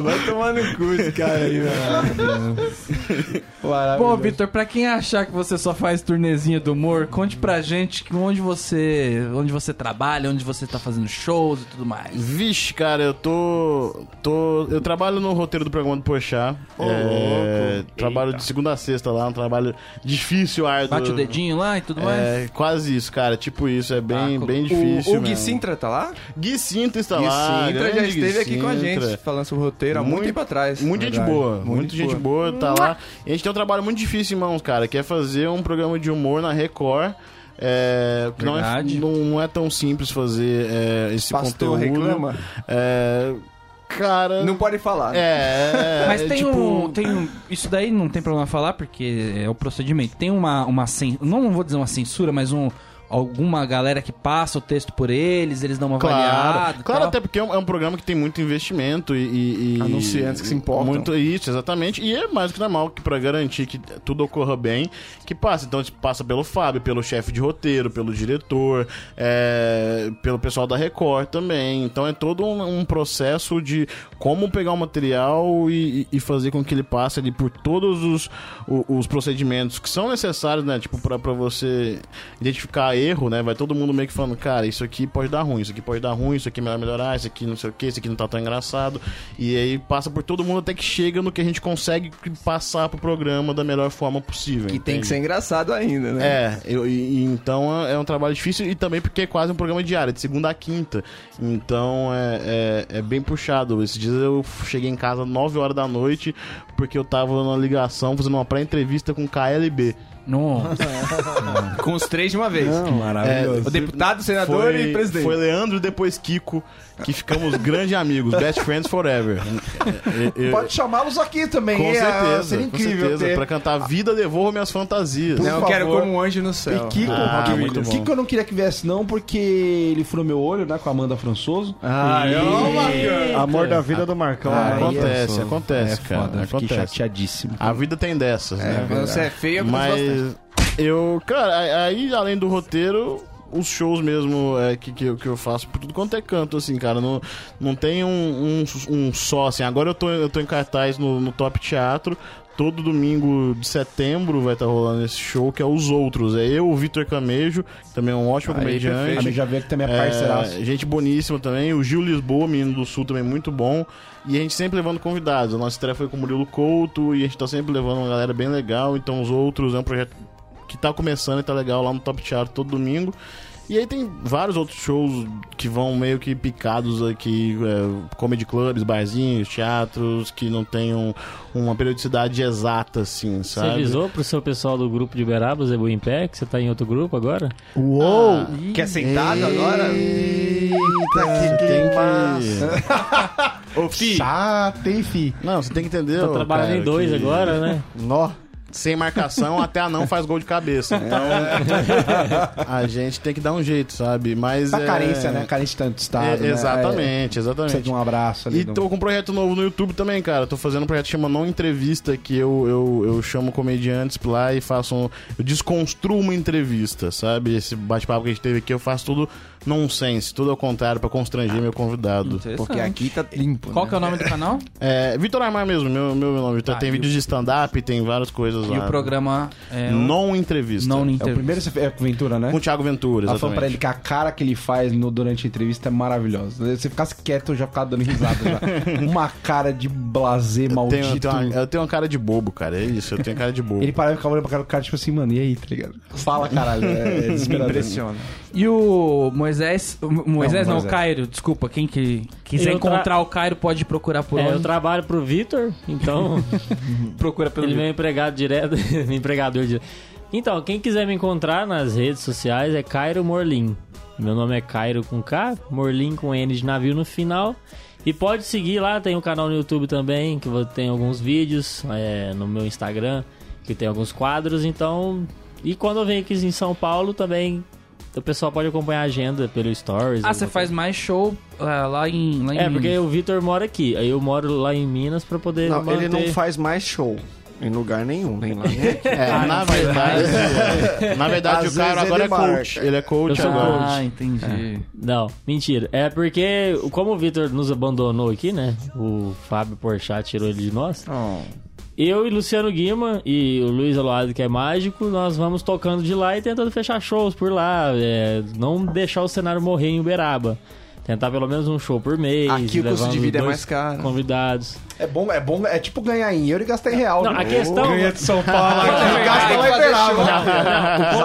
S4: Vai tomar no cu esse cara aí, velho.
S7: Ah,
S1: Bom, Vitor, pra quem achar que você só faz turnezinha do humor, conte pra gente que onde você, onde você trabalha, onde você tá fazendo shows e tudo mais.
S7: Vixe, cara, eu tô. tô eu trabalho no roteiro do programa do Pochá. É, trabalho de segunda a sexta lá, um trabalho difícil, árduo.
S1: Bate o dedinho lá e tudo mais.
S7: É, quase isso, cara. Tipo isso, é bem,
S1: Taco.
S7: bem difícil.
S4: O, o Gui
S7: mesmo.
S4: Sintra tá lá?
S7: Gui Sintra está
S4: Gui
S7: Tá lá.
S4: Sintra já
S7: grande
S4: esteve
S7: Gui
S4: aqui com a
S7: Sintra.
S4: gente, falando sobre o roteiro há muito,
S7: Muito-
S4: tempo atrás.
S7: Muita gente boa, muita gente boa, tá lá. E a gente tem um trabalho muito difícil em mãos, cara, que é fazer um programa de humor na Record. É, que não é,
S1: Verdade.
S7: não, não é tão simples fazer é, esse
S4: Pastor
S7: conteúdo.
S4: reclama?
S7: É, cara.
S4: Não pode falar.
S7: É, é,
S1: Mas
S7: é,
S1: tem,
S7: tipo,
S1: um, tem um. Isso daí não tem problema falar, porque é o procedimento. Tem uma. uma cen- não vou dizer uma censura, mas um. Alguma galera que passa o texto por eles, eles dão uma avaliada.
S7: Claro,
S1: e
S7: claro
S1: tal.
S7: até porque é um, é um programa que tem muito investimento e- e, e-
S4: Anunciantes que se importam.
S7: Muito isso, exatamente. E é mais do que normal que para garantir que tudo ocorra bem, que passa. Então passa pelo Fábio, pelo chefe de roteiro, pelo diretor, é, pelo pessoal da Record também. Então é todo um, um processo de como pegar o material e, e- e fazer com que ele passe ali por todos os, o- os procedimentos que são necessários, né? Tipo, pra, pra você identificar erro, né? Vai todo mundo meio que falando, cara, isso aqui pode dar ruim, isso aqui pode dar ruim, isso aqui é melhor melhorar, isso aqui não sei o que, isso aqui não tá tão engraçado. E aí passa por todo mundo até que chega no que a gente consegue passar pro programa da melhor forma possível.
S4: Que tem
S7: entende?
S4: que ser engraçado ainda, né?
S7: É, eu- e- e então é um trabalho difícil e também porque é quase um programa diário, de segunda a quinta. Então é, é, é bem puxado. Esses dias eu cheguei em casa 9 horas da noite porque eu tava numa ligação fazendo uma pré-entrevista com o KLB.
S1: Nossa.
S4: Com os três de uma vez.
S7: maravilhoso.
S4: É, o deputado, senador e presidente.
S7: foi Leandro e depois Kiko, que ficamos grandes amigos, best friends forever. É, é, é,
S2: Pode chamá-los aqui também,
S7: com
S4: é,
S2: hein? Ah,
S7: certeza,
S2: Seria
S7: com
S2: incrível
S7: certeza.
S2: ter.
S7: Pra cantar Vida, devolvo minhas fantasias.
S4: Não, eu
S2: por
S4: quero
S2: favor.
S4: como um anjo no céu.
S2: E Kiko,
S7: Ah,
S2: Kiko,
S7: muito bom.
S2: Kiko eu não queria que viesse não, porque ele furou meu olho, né, com a Amanda Françoso.
S6: Ah,
S4: é
S6: Amor da vida do Marcão.
S2: Ah,
S6: né?
S7: acontece, acontece, cara.
S2: fiquei
S7: acontece.
S2: chateadíssimo.
S7: A vida tem dessas,
S4: É,
S7: né?
S4: quando você é feio, acontece bastante.
S7: Mas eu, cara, a- aí além do roteiro, os shows mesmo é, que, que, eu- que eu faço por tudo quanto é canto, assim, cara. Não, não tem um, um, um só, assim. Agora eu tô, eu tô em cartaz no, no Top Teatro. Todo domingo de setembro vai estar rolando esse show, que é Os Outros. É eu, o Vitor Camejo, que também é um ótimo comediante.
S2: A gente já vê que também é parceiraço.
S7: É, gente boníssima também. O Gil Lisboa, menino do Sul, também muito bom. E a gente sempre levando convidados. A nossa estreia foi com o Murilo Couto e a gente tá sempre levando uma galera bem legal. Então, os outros é um projeto que tá começando e tá legal lá no Top Teatro todo domingo. E aí tem vários outros shows que vão meio que picados aqui, é, comedy clubs, barzinhos, teatros, que não tem um- uma periodicidade exata, assim,
S3: Você
S7: sabe?
S3: avisou pro seu pessoal do grupo de Uberaba, Zebu em Pé, que você tá em outro grupo agora?
S6: Uou!
S7: Ah,
S4: Quer sentado agora?
S6: Eita, que
S7: Tem
S6: clima!
S7: que... Ô, Fi,
S2: Ah,
S6: Chato, hein, fi?
S7: não, você tem que entender...
S3: Tá
S7: ô,
S3: trabalhando
S7: cara,
S3: em dois
S7: que-
S3: agora, né?
S6: Nó.
S7: sem marcação, até a não faz gol de cabeça. Então, a gente tem que dar um jeito, sabe? Mas
S2: Tá
S7: é-
S2: carência, né? Carência de tanto
S7: É,
S2: estado, né? É,
S7: exatamente,
S2: precisa de
S7: exatamente.
S2: um abraço ali.
S7: E
S2: do-
S7: tô com um projeto novo no YouTube também, cara. Tô fazendo um projeto que chama Não Entrevista, que eu, eu, eu chamo comediantes pra lá e faço um. Eu desconstruo uma entrevista, sabe? Esse bate-papo que a gente teve aqui, eu faço tudo nonsense, tudo ao contrário, pra constranger meu convidado.
S4: Porque aqui tá limpo.
S1: Qual
S4: né?
S1: que é o nome do canal?
S7: É, Vitor Armar mesmo, meu, meu nome. Tá,
S1: Tá,
S7: tem
S1: e
S7: vídeos de stand-up, tem várias coisas
S1: E
S7: lá.
S1: o programa é o
S7: Não Entrevista.
S1: Não
S2: É o
S1: Nintendo.
S2: primeiro é com o Ventura, né?
S7: Com o Thiago Ventura,
S2: Ela falou pra ele
S7: exatamente.
S2: que a cara que ele faz no- durante a entrevista é maravilhosa. Se ficasse quieto, eu já ficava dando risada já. Uma cara de blazer
S7: Tenho-
S2: maldito.
S7: tenho uma- eu tenho uma cara de bobo, cara. É isso, eu tenho cara de bobo.
S2: Ele parava e ficava olhando pra cara do cara, tipo assim, mano, e aí, tá ligado? Fala, caralho. É, é desesperador.
S4: Impressiona.
S1: E o Moisés. o Mo- Moisés não, o
S2: Moisés.
S1: Cairo, desculpa. Quem que quiser
S3: Eu tra-
S1: encontrar o Cairo pode procurar por
S3: É, eu
S1: onde?
S3: trabalho pro Vitor, então
S1: Procura pelo.
S3: ele é meu empregado direto, meu empregador direto. Então, quem quiser me encontrar nas redes sociais é Cairo Morlin. Meu nome é Cairo com K, Morlin com N de navio no final. E pode seguir lá, tem um canal no YouTube também, que eu tenho alguns vídeos, é, no meu Instagram, que tem alguns quadros, então... E quando eu venho aqui em São Paulo também, o pessoal pode acompanhar a agenda pelo Stories.
S1: Ah, você
S3: alguma
S1: faz mais show ah, lá em. Lá em
S3: É, porque o Vitor mora aqui, aí eu moro lá em Minas pra poder.
S6: Não, ele
S3: manter-
S6: não faz mais show. Em lugar nenhum, nem lá. Nem... aqui.
S7: É, na verdade, na verdade
S5: Às
S7: o cara
S5: vezes
S7: agora é
S5: ele
S7: coach.
S5: marca.
S7: Ele é coach
S3: Eu sou
S7: agora.
S3: coach.
S1: Ah, entendi.
S3: Não, mentira. É porque, como o Vitor nos abandonou aqui, né? O Fábio Porchat tirou ele de nós.
S4: Oh.
S3: Eu e Luciano Guima e o Luiz Aloado, que é mágico, nós vamos tocando de lá e tentando fechar shows por lá. é, não deixar o cenário morrer em Uberaba. Tentar pelo menos um show por mês.
S4: Aqui o custo de
S3: levando
S4: vida é
S3: dois
S4: mais caro.
S3: Convidados.
S2: É bom, é bom, é tipo ganhar em euro e gastar em real.
S3: Não,
S2: né?
S3: a questão.
S8: São Paulo
S2: Gasta lá em Uberaba.
S3: O custo,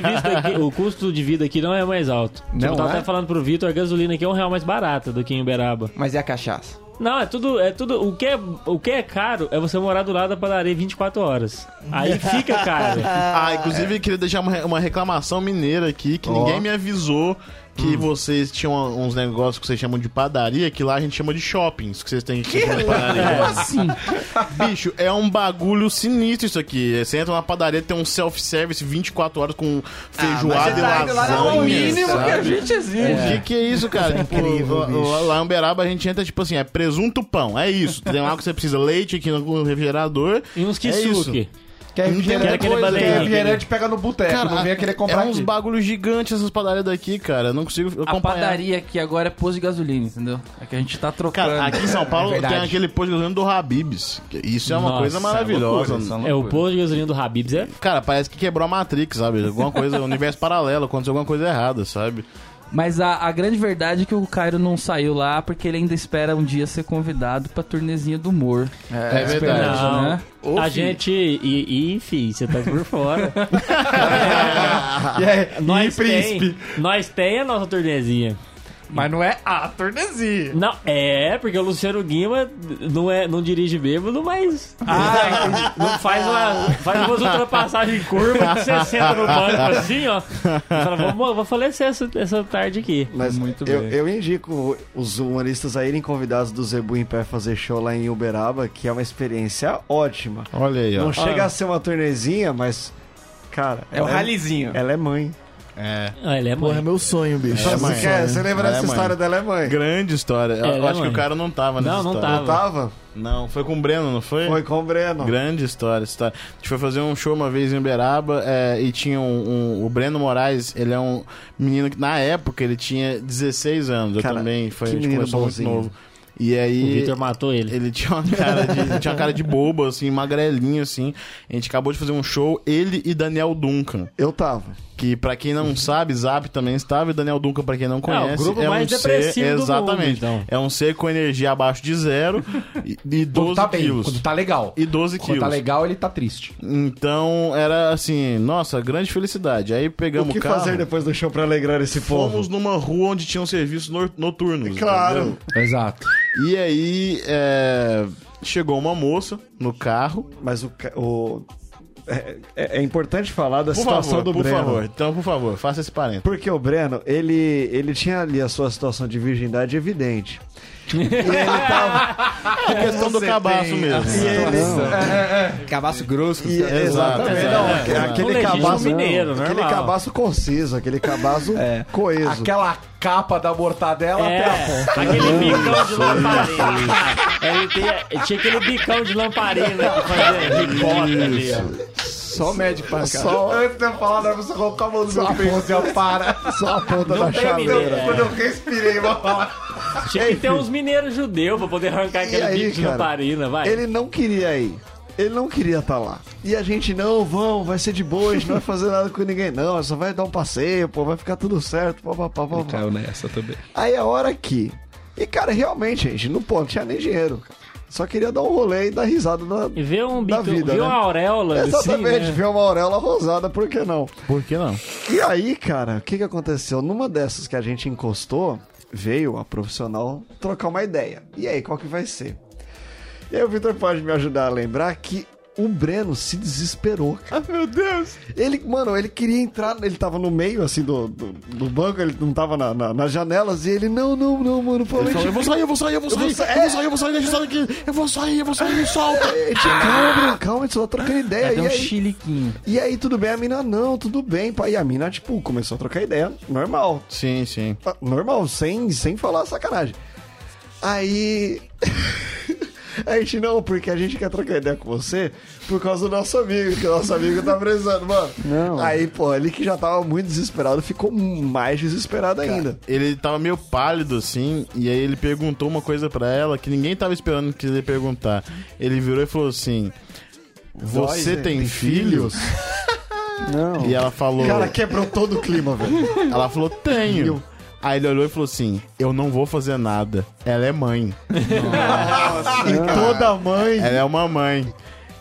S3: de vista aqui, o custo de vida aqui não é mais alto. Tipo,
S4: Não
S3: eu tava
S4: é?
S3: até falando pro Vitor, a gasolina aqui é um real mais barata do que em Uberaba.
S4: Mas é a cachaça.
S3: Não, é tudo. É tudo o, que é, o que é caro é você morar do lado da padaria 24 horas. Aí fica caro.
S7: Ah, inclusive eu queria deixar uma, re- uma reclamação mineira aqui, que ninguém me avisou que
S3: Hum.
S7: vocês tinham uns negócios que vocês chamam de padaria, que lá a gente chama de shoppings, que vocês têm que chamar de padaria.
S1: Assim,
S7: Bicho, é um bagulho sinistro isso aqui. Você entra na padaria, tem um self-service 24 horas com
S1: Ah,
S7: feijoada
S1: tá
S7: e
S1: é
S7: lasanha. sabe?
S1: gente exige.
S7: O que, que é isso, cara? tipo, lá- lá, lá em Uberaba a gente entra, tipo assim, é presunto pão, é isso. Tem lá o que você precisa, leite aqui no refrigerador.
S3: E uns
S7: é isso.
S3: kisuke.
S2: Quer
S3: Quer
S2: refrigerante,
S3: aquele
S2: coisa,
S3: baleinha,
S2: quer refrigerante pega no boteco,
S7: Cara,
S2: não venha querer comprar
S7: é uns
S2: aqui.
S7: bagulho gigante essas padarias daqui, cara. Eu não consigo
S1: A
S7: acompanhar.
S1: padaria aqui agora é posto de gasolina, entendeu? É que a gente tá trocando.
S7: Cara, aqui em São Paulo
S1: É verdade.
S7: tem aquele posto de gasolina do Habibs. que Isso é uma
S3: Nossa,
S7: coisa maravilhosa.
S3: É o posto de gasolina do Habibs, é?
S7: Cara, parece que quebrou a Matrix, sabe? Alguma coisa, universo paralelo, aconteceu alguma coisa errada, sabe?
S1: Mas a, a grande verdade é que o Cairo não saiu lá porque ele ainda espera um dia ser convidado pra turnezinha do humor.
S7: É, verdade.
S3: Não.
S1: né?
S3: a gente. E, e fi, você tá por fora.
S2: É,
S3: nós
S2: e príncipe.
S3: Tem, nós tem a nossa turnezinha.
S9: Mas não é a tornezinha.
S3: Não, é, porque o Luciano Guima não, é, não dirige bêbado, mas.
S6: Ah,
S3: não faz uma. Faz umas ultrapassagens em curva que você senta no banco assim, ó. E Fala, vou, vou falecer essa, essa tarde aqui.
S6: Mas eu, eu indico os humoristas a irem convidados do Zebu em pé fazer show lá em Uberaba, que é uma experiência ótima.
S7: Olha aí, ó.
S6: Não chega a ser uma tornezinha, mas. Cara,
S9: É o
S1: um
S6: ela
S9: ralizinho.
S6: Ela é mãe. Então,
S7: É.
S3: Ah, ele é
S5: Porra, é
S3: mãe.
S5: meu sonho, bicho.
S7: É,
S6: Você,
S7: mãe.
S6: quer, você lembra
S7: Ela é
S6: dessa
S7: mãe.
S6: história dela é mãe?
S7: Grande história. Eu
S3: É, né,
S7: acho que
S3: mãe?
S7: o cara não tava nessa
S3: Não, não
S7: história.
S3: tava.
S6: Tava?
S7: Não, foi com o Breno, não foi?
S6: Foi com o Breno.
S7: Grande história, história. A gente foi fazer um show uma vez em Uberaba é, e tinha um, um- O Breno Moraes, ele é um menino que na época ele tinha 16 anos. Eu
S6: Cara,
S7: também, foi, a
S6: que
S7: gente
S6: menino
S7: começou
S6: bonzinho.
S7: muito novo. E
S3: O
S7: aí.
S3: Vitor matou ele.
S7: Ele tinha uma cara de, tinha uma cara de bobo, assim, magrelinho, assim. A gente acabou de fazer um show, ele e Daniel Duncan.
S6: Eu tava.
S7: Que, pra quem não sabe, Zap também estava, e Daniel Duncan, pra quem não conhece,
S3: grupo
S7: é
S3: mais
S7: um ser.
S3: depressivo do mundo,
S7: Exatamente.
S3: então.
S7: É um ser com energia abaixo de zero e, e 12
S2: Quando tá bem,
S7: quilos.
S2: quando tá legal.
S7: E 12
S2: Quando
S7: quilos.
S2: tá legal, ele tá triste.
S7: Então era assim, nossa, grande felicidade. Aí
S6: O
S7: pegamos o
S6: que
S7: carro.
S6: fazer depois do show pra alegrar esse povo?
S7: Fomos numa rua onde tinham serviços no- noturnos.
S6: É Claro.
S7: entendeu?
S2: Exato.
S7: E aí é, chegou uma moça no carro.
S6: Mas o. ca- o- É, é- é importante falar da
S7: Por
S6: situação
S7: favor,
S6: do
S7: por
S6: Breno.
S7: favor. Então, por favor, faça esse parênteses.
S6: Porque o Breno, ele, ele tinha ali a sua situação de virgindade evidente.
S7: É questão do cabaço mesmo. né?
S6: E ele,
S4: Cabaço grosso.
S6: e- exatamente. Não,
S7: é,
S6: aque-
S7: é.
S3: Um
S6: aquele
S3: legítimo
S6: cabaço
S3: mineiro,
S6: Aquele
S3: normal.
S6: cabaço conciso, aquele cabaço coeso.
S2: Aquela capa da mortadela
S3: É,
S2: até a ponta.
S3: aquele bicão de lamparina. Ele tinha, tinha aquele bicão de lamparina que fazia ricota ali, ó.
S6: Só médico pra cá. Só,
S2: Antes de eu falar, na hora você colocou a mão no meu peito assim, ó, para.
S6: só a ponta da
S3: tem
S6: chaleira.
S3: mineiro.
S2: Quando eu respirei, vou falar.
S3: Tinha que ter uns mineiros judeus pra poder arrancar
S6: E
S3: aquele
S6: aí,
S3: bico de
S6: cara?
S3: lamparina, vai.
S6: Ele não queria ir. Ele não queria estar lá. E a gente, não, vamos, vai ser de boa, a gente não vai fazer nada com ninguém, não. Só vai dar um passeio, pô, vai ficar tudo certo, pá, pá, pá, pá,
S4: Então.
S6: pá.
S2: nessa também.
S6: Aí a hora que. E, cara, realmente, gente, não pô, não tinha nem dinheiro. cara. Só queria dar um rolê e dar risada na.
S3: E vê um
S6: Da
S3: bico,
S6: vida,
S3: vê
S6: né?
S3: uma auréola assim,
S6: Exatamente,
S3: né?
S6: ver uma auréola rosada, por que não?
S7: Por que não?
S6: E aí, cara, o que, que aconteceu? Numa dessas que a gente encostou, veio a profissional trocar uma ideia. E aí, qual que vai ser? E aí, o Victor pode me ajudar a lembrar que o Breno se desesperou, cara. Ah, meu Deus! Ele, mano, ele queria entrar, ele tava no meio, assim, do, do, do banco, ele não tava na- na- nas janelas, e ele, não, não, não, mano, pô, a gente
S7: Eu vou sair, eu vou sair, eu vou sair, eu vou sair, eu vou sair, eu vou sair, deixa eu sair daqui. Eu vou sair, eu vou sair, me solta.
S6: Ei, tio, calma, Bruno, calma, a gente só tá
S7: É,
S6: trocando ideia.
S1: Cadê
S6: E
S1: um
S6: aí,
S1: chiliquinho?
S6: e aí, tudo bem? A mina, não, tudo bem, pai. E a mina, tipo, começou a trocar ideia, normal. Ah,
S7: Sim, sim.
S6: Normal, sem, sem falar sacanagem. Aí. A gente não, porque a gente quer trocar ideia com você por causa do nosso amigo, que o nosso amigo tá precisando, mano. Não. Aí, pô, ele que já tava muito desesperado, ficou mais desesperado ainda.
S7: Ele tava meio pálido, assim, e aí ele perguntou uma coisa pra ela que ninguém tava esperando que ele ia perguntar. Ele virou e falou assim:
S6: né?
S7: Você é, tem,
S6: Tem
S7: filhos? E ela falou.
S6: Cara, quebrou todo o clima, velho.
S7: Ela falou, tenho. Aí ele olhou e falou assim: Eu não vou fazer nada. Ela é mãe.
S6: E toda mãe
S7: Ela é uma mãe.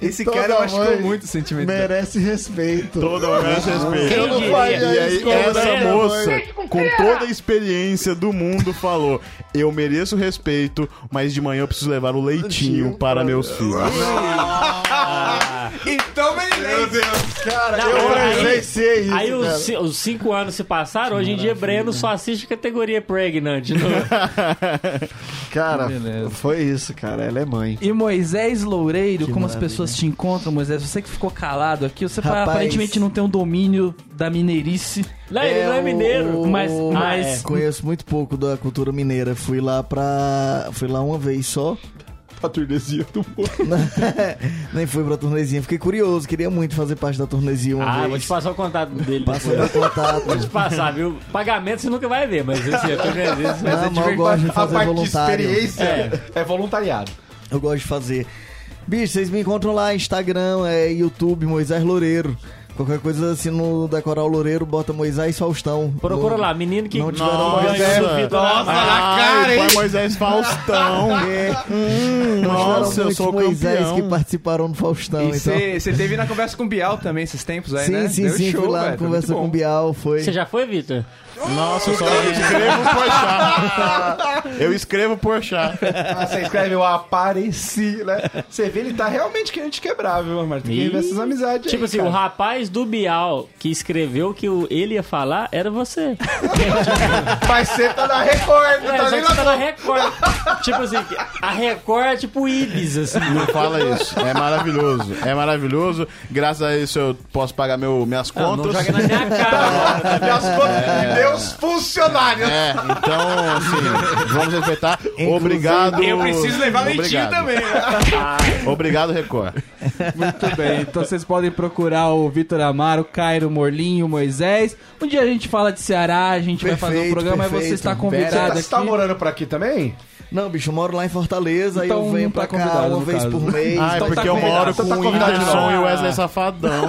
S9: Esse
S6: Toda
S9: cara machucou
S6: mãe
S9: muito o sentimento. dela.
S6: merece respeito.
S7: Toda mãe merece respeito.
S6: Eu não faria
S7: E aí,
S6: isso com
S7: essa
S6: ela,
S7: moça, com toda a experiência do mundo, falou: Eu mereço respeito, mas de manhã eu preciso levar o leitinho para meus filhos.
S9: Então, beleza.
S6: Cara,
S3: Não,
S6: eu
S3: aí-
S6: presenciei isso.
S3: Aí os,
S6: cara.
S3: ci- os cinco anos se passaram, hoje em dia Breno só assiste categoria pregnant. No...
S6: Cara, foi isso, cara. Ela é mãe.
S1: E Moisés Loureiro, como
S5: maravilha.
S1: as pessoas te encontram, Moisés? Você que ficou calado aqui, você
S5: Rapaz.
S1: aparentemente não tem um domínio da mineirice.
S3: Não, ele não é
S5: o-
S3: mineiro.
S1: mas-
S5: o-
S1: mas-
S5: é, conheço muito pouco da cultura mineira. Fui lá pra. Fui lá uma vez só.
S2: Pra Turnesia do mundo.
S5: Nem fui pra Tornezinha. Fiquei curioso, queria muito fazer parte da Tornezinha uma
S3: Ah,
S5: vez.
S3: vou te passar o contato dele.
S5: Passei meu
S3: depois.
S5: contato.
S3: Vou te passar, viu? Pagamento você nunca vai ver, mas assim, eu tô vendo isso. mas
S5: Não,
S3: é
S5: mas eu
S3: divertido.
S5: gosto de
S2: A
S5: fazer
S2: parte de
S5: voluntário.
S2: experiência
S3: É.
S2: é, voluntariado.
S5: Eu gosto de fazer. Bicho, vocês me encontram lá, Instagram, é, YouTube, Moisés Loureiro. Qualquer coisa assim no Decoral Loureiro, bota Moisés Faustão.
S3: Procura
S5: No-
S3: lá, menino que.
S5: Não tiveram
S3: Nossa,
S5: Moisés.
S3: duvido nada.
S7: cara, hein? Moisés Faustão. Hum,
S5: Não tiveram
S7: nossa, eu
S5: muitos
S7: sou
S5: Moisés
S7: campeão.
S5: que participaram do Faustão,
S9: E
S5: então.
S9: você teve na conversa com o Bial também esses tempos aí,
S5: sim,
S9: né?
S5: sim,
S9: Deu
S5: sim,
S9: show,
S5: fui lá,
S9: velho, foi muito
S5: conversa com
S9: bom.
S5: o Bial, foi.
S3: Você já foi, Vitor?
S7: Nossa, eu só escrevo Porchat. Eu escrevo Porchat.
S2: Ah, você escreve o apareci, né? Você vê, ele tá realmente querendo te quebrar, viu, Amar? Tem que rever essas amizades
S3: Tipo
S2: aí,
S3: assim,
S2: cara.
S3: o rapaz do Bial que escreveu que o- ele ia falar era você.
S2: Mas você tá na Record, não
S3: É,
S2: tá
S3: só
S2: nem
S3: que você
S2: na
S3: tá na Record. tipo assim, a Record é tipo Ibis, assim.
S7: Não fala isso. É maravilhoso. É maravilhoso. Graças a isso eu posso pagar meu, minhas
S3: Não, não
S7: contas.
S3: joga na minha cara.
S2: Minhas contas de
S3: É.
S2: Deus funcionários.
S7: É, então, assim, vamos respeitar. Obrigado.
S9: Eu preciso levar leitinho
S7: Obrigado. Ah,
S9: também.
S7: Obrigado, Record.
S1: Muito bem, então vocês podem procurar o Vitor Amaro, Cairo Morlinho, Moisés. Um dia a gente fala de Ceará, a gente vai fazer um
S5: Perfeito,
S1: programa e você
S5: perfeito.
S1: está
S2: Você tá,
S1: convidado
S2: você tá
S1: aqui.
S2: morando pra aqui também?
S5: Não, bicho, eu moro lá em Fortaleza,
S1: Então
S5: aí eu
S1: não
S5: venho
S1: tá
S5: pra cá
S1: convidado,
S5: uma
S1: no
S5: vez
S1: caso.
S5: por mês.
S7: Ah, é
S2: tá
S7: porque eu
S2: convidado,
S7: moro com
S2: então tá
S7: o
S2: convidado
S7: Whindersson
S3: lá.
S7: e o Wesley Safadão.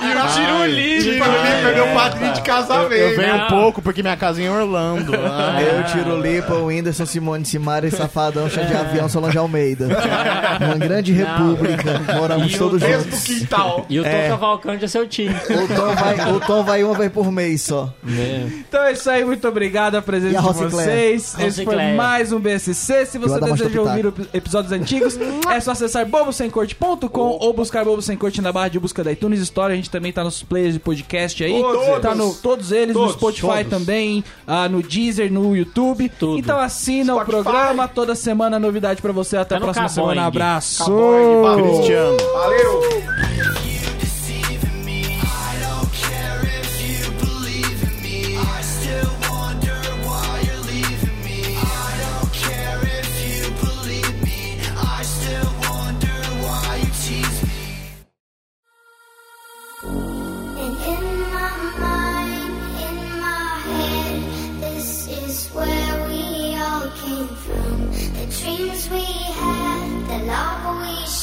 S9: E o Tiruli,
S7: Ai,
S9: perdeu o padre.
S2: um Padrinho de casamento.
S7: Eu venho
S3: Não.
S7: um pouco porque minha casa é em Orlando. Ai,
S5: Eu tiro Lipa, o Whindersson, Simone Simara e Safadão, Chá de Avião, Solange Almeida. Uma grande república, moramos
S3: E o
S5: todos
S3: mesmo
S5: juntos.
S2: Quintal.
S3: E o Tom
S5: É.
S3: Cavalcante é seu time.
S5: O Tom, vai, o Tom vai uma vez por mês só.
S1: Então é isso aí, muito obrigado a
S5: E
S1: presença
S5: a
S1: de
S5: Rossi Clare?
S1: vocês.
S3: Rossi
S1: Esse foi
S3: Clare.
S1: mais um BSC. Se você
S5: Joana Mostra
S1: deseja ouvir
S5: Pitaco.
S1: op- episódios antigos, é só acessar bobosemcorte.com ou buscar Bobo Sem Corte na barra de busca da iTunes Store. A gente também tá nos players de podcast aí.
S2: Todos.
S1: tá no todos eles,
S2: Todos,
S1: no Spotify
S2: todos.
S1: também, ah, no Deezer, no YouTube.
S3: Tudo.
S1: Então assina
S2: Spotify.
S1: o programa, toda semana novidade pra você. Até
S3: Tá
S1: a
S3: no
S1: próxima
S3: Caboing.
S1: semana. Abraço. Oh.
S7: Cristiano.
S2: Valeu.
S10: And in my mind, in my head, this is where we all came from. The dreams we had, the love we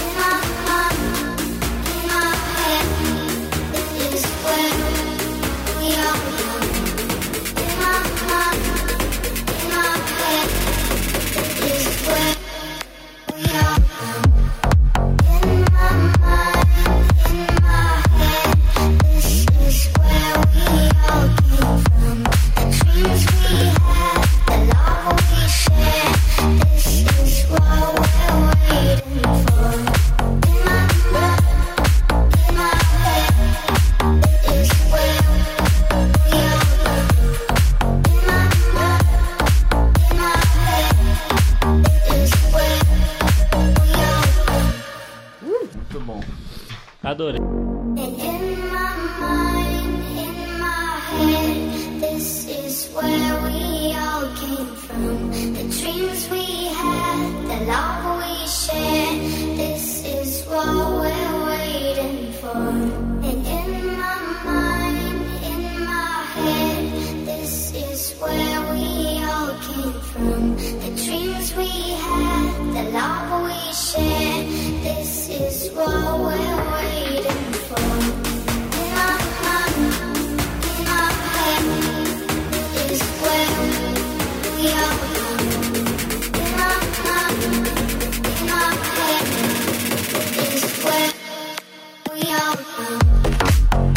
S10: In my mind, in my head, this is where we all come. In my mind, in my head, this is where we all come. In my mind, in my head, this is where we all came from. The dreams we had, the love we shared, this is what we're waiting for.
S3: adorei.
S10: And in my mind, in my head, this is where we all came from. The dreams we had, the love we shared, this is what we're waiting for. And in my mind, in my head, this is where we all came from. The dreams we had, the love we shared, this is what we're waiting for. In our mind, in our head, is where we all come. In our mind, in our head, is where we all come.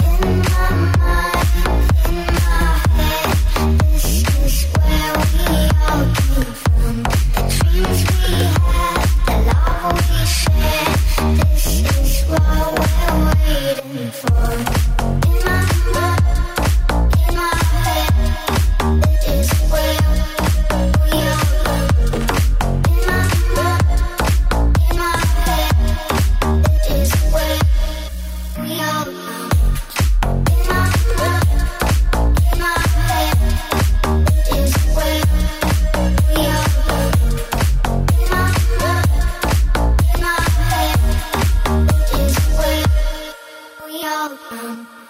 S10: In my mind, in my head, this is where we all came from. The dreams we had, the love we shared, this is what we're waiting for. In my mind, in my head, this is where we all come. In my mind, in my head, this is where we all come. We all come.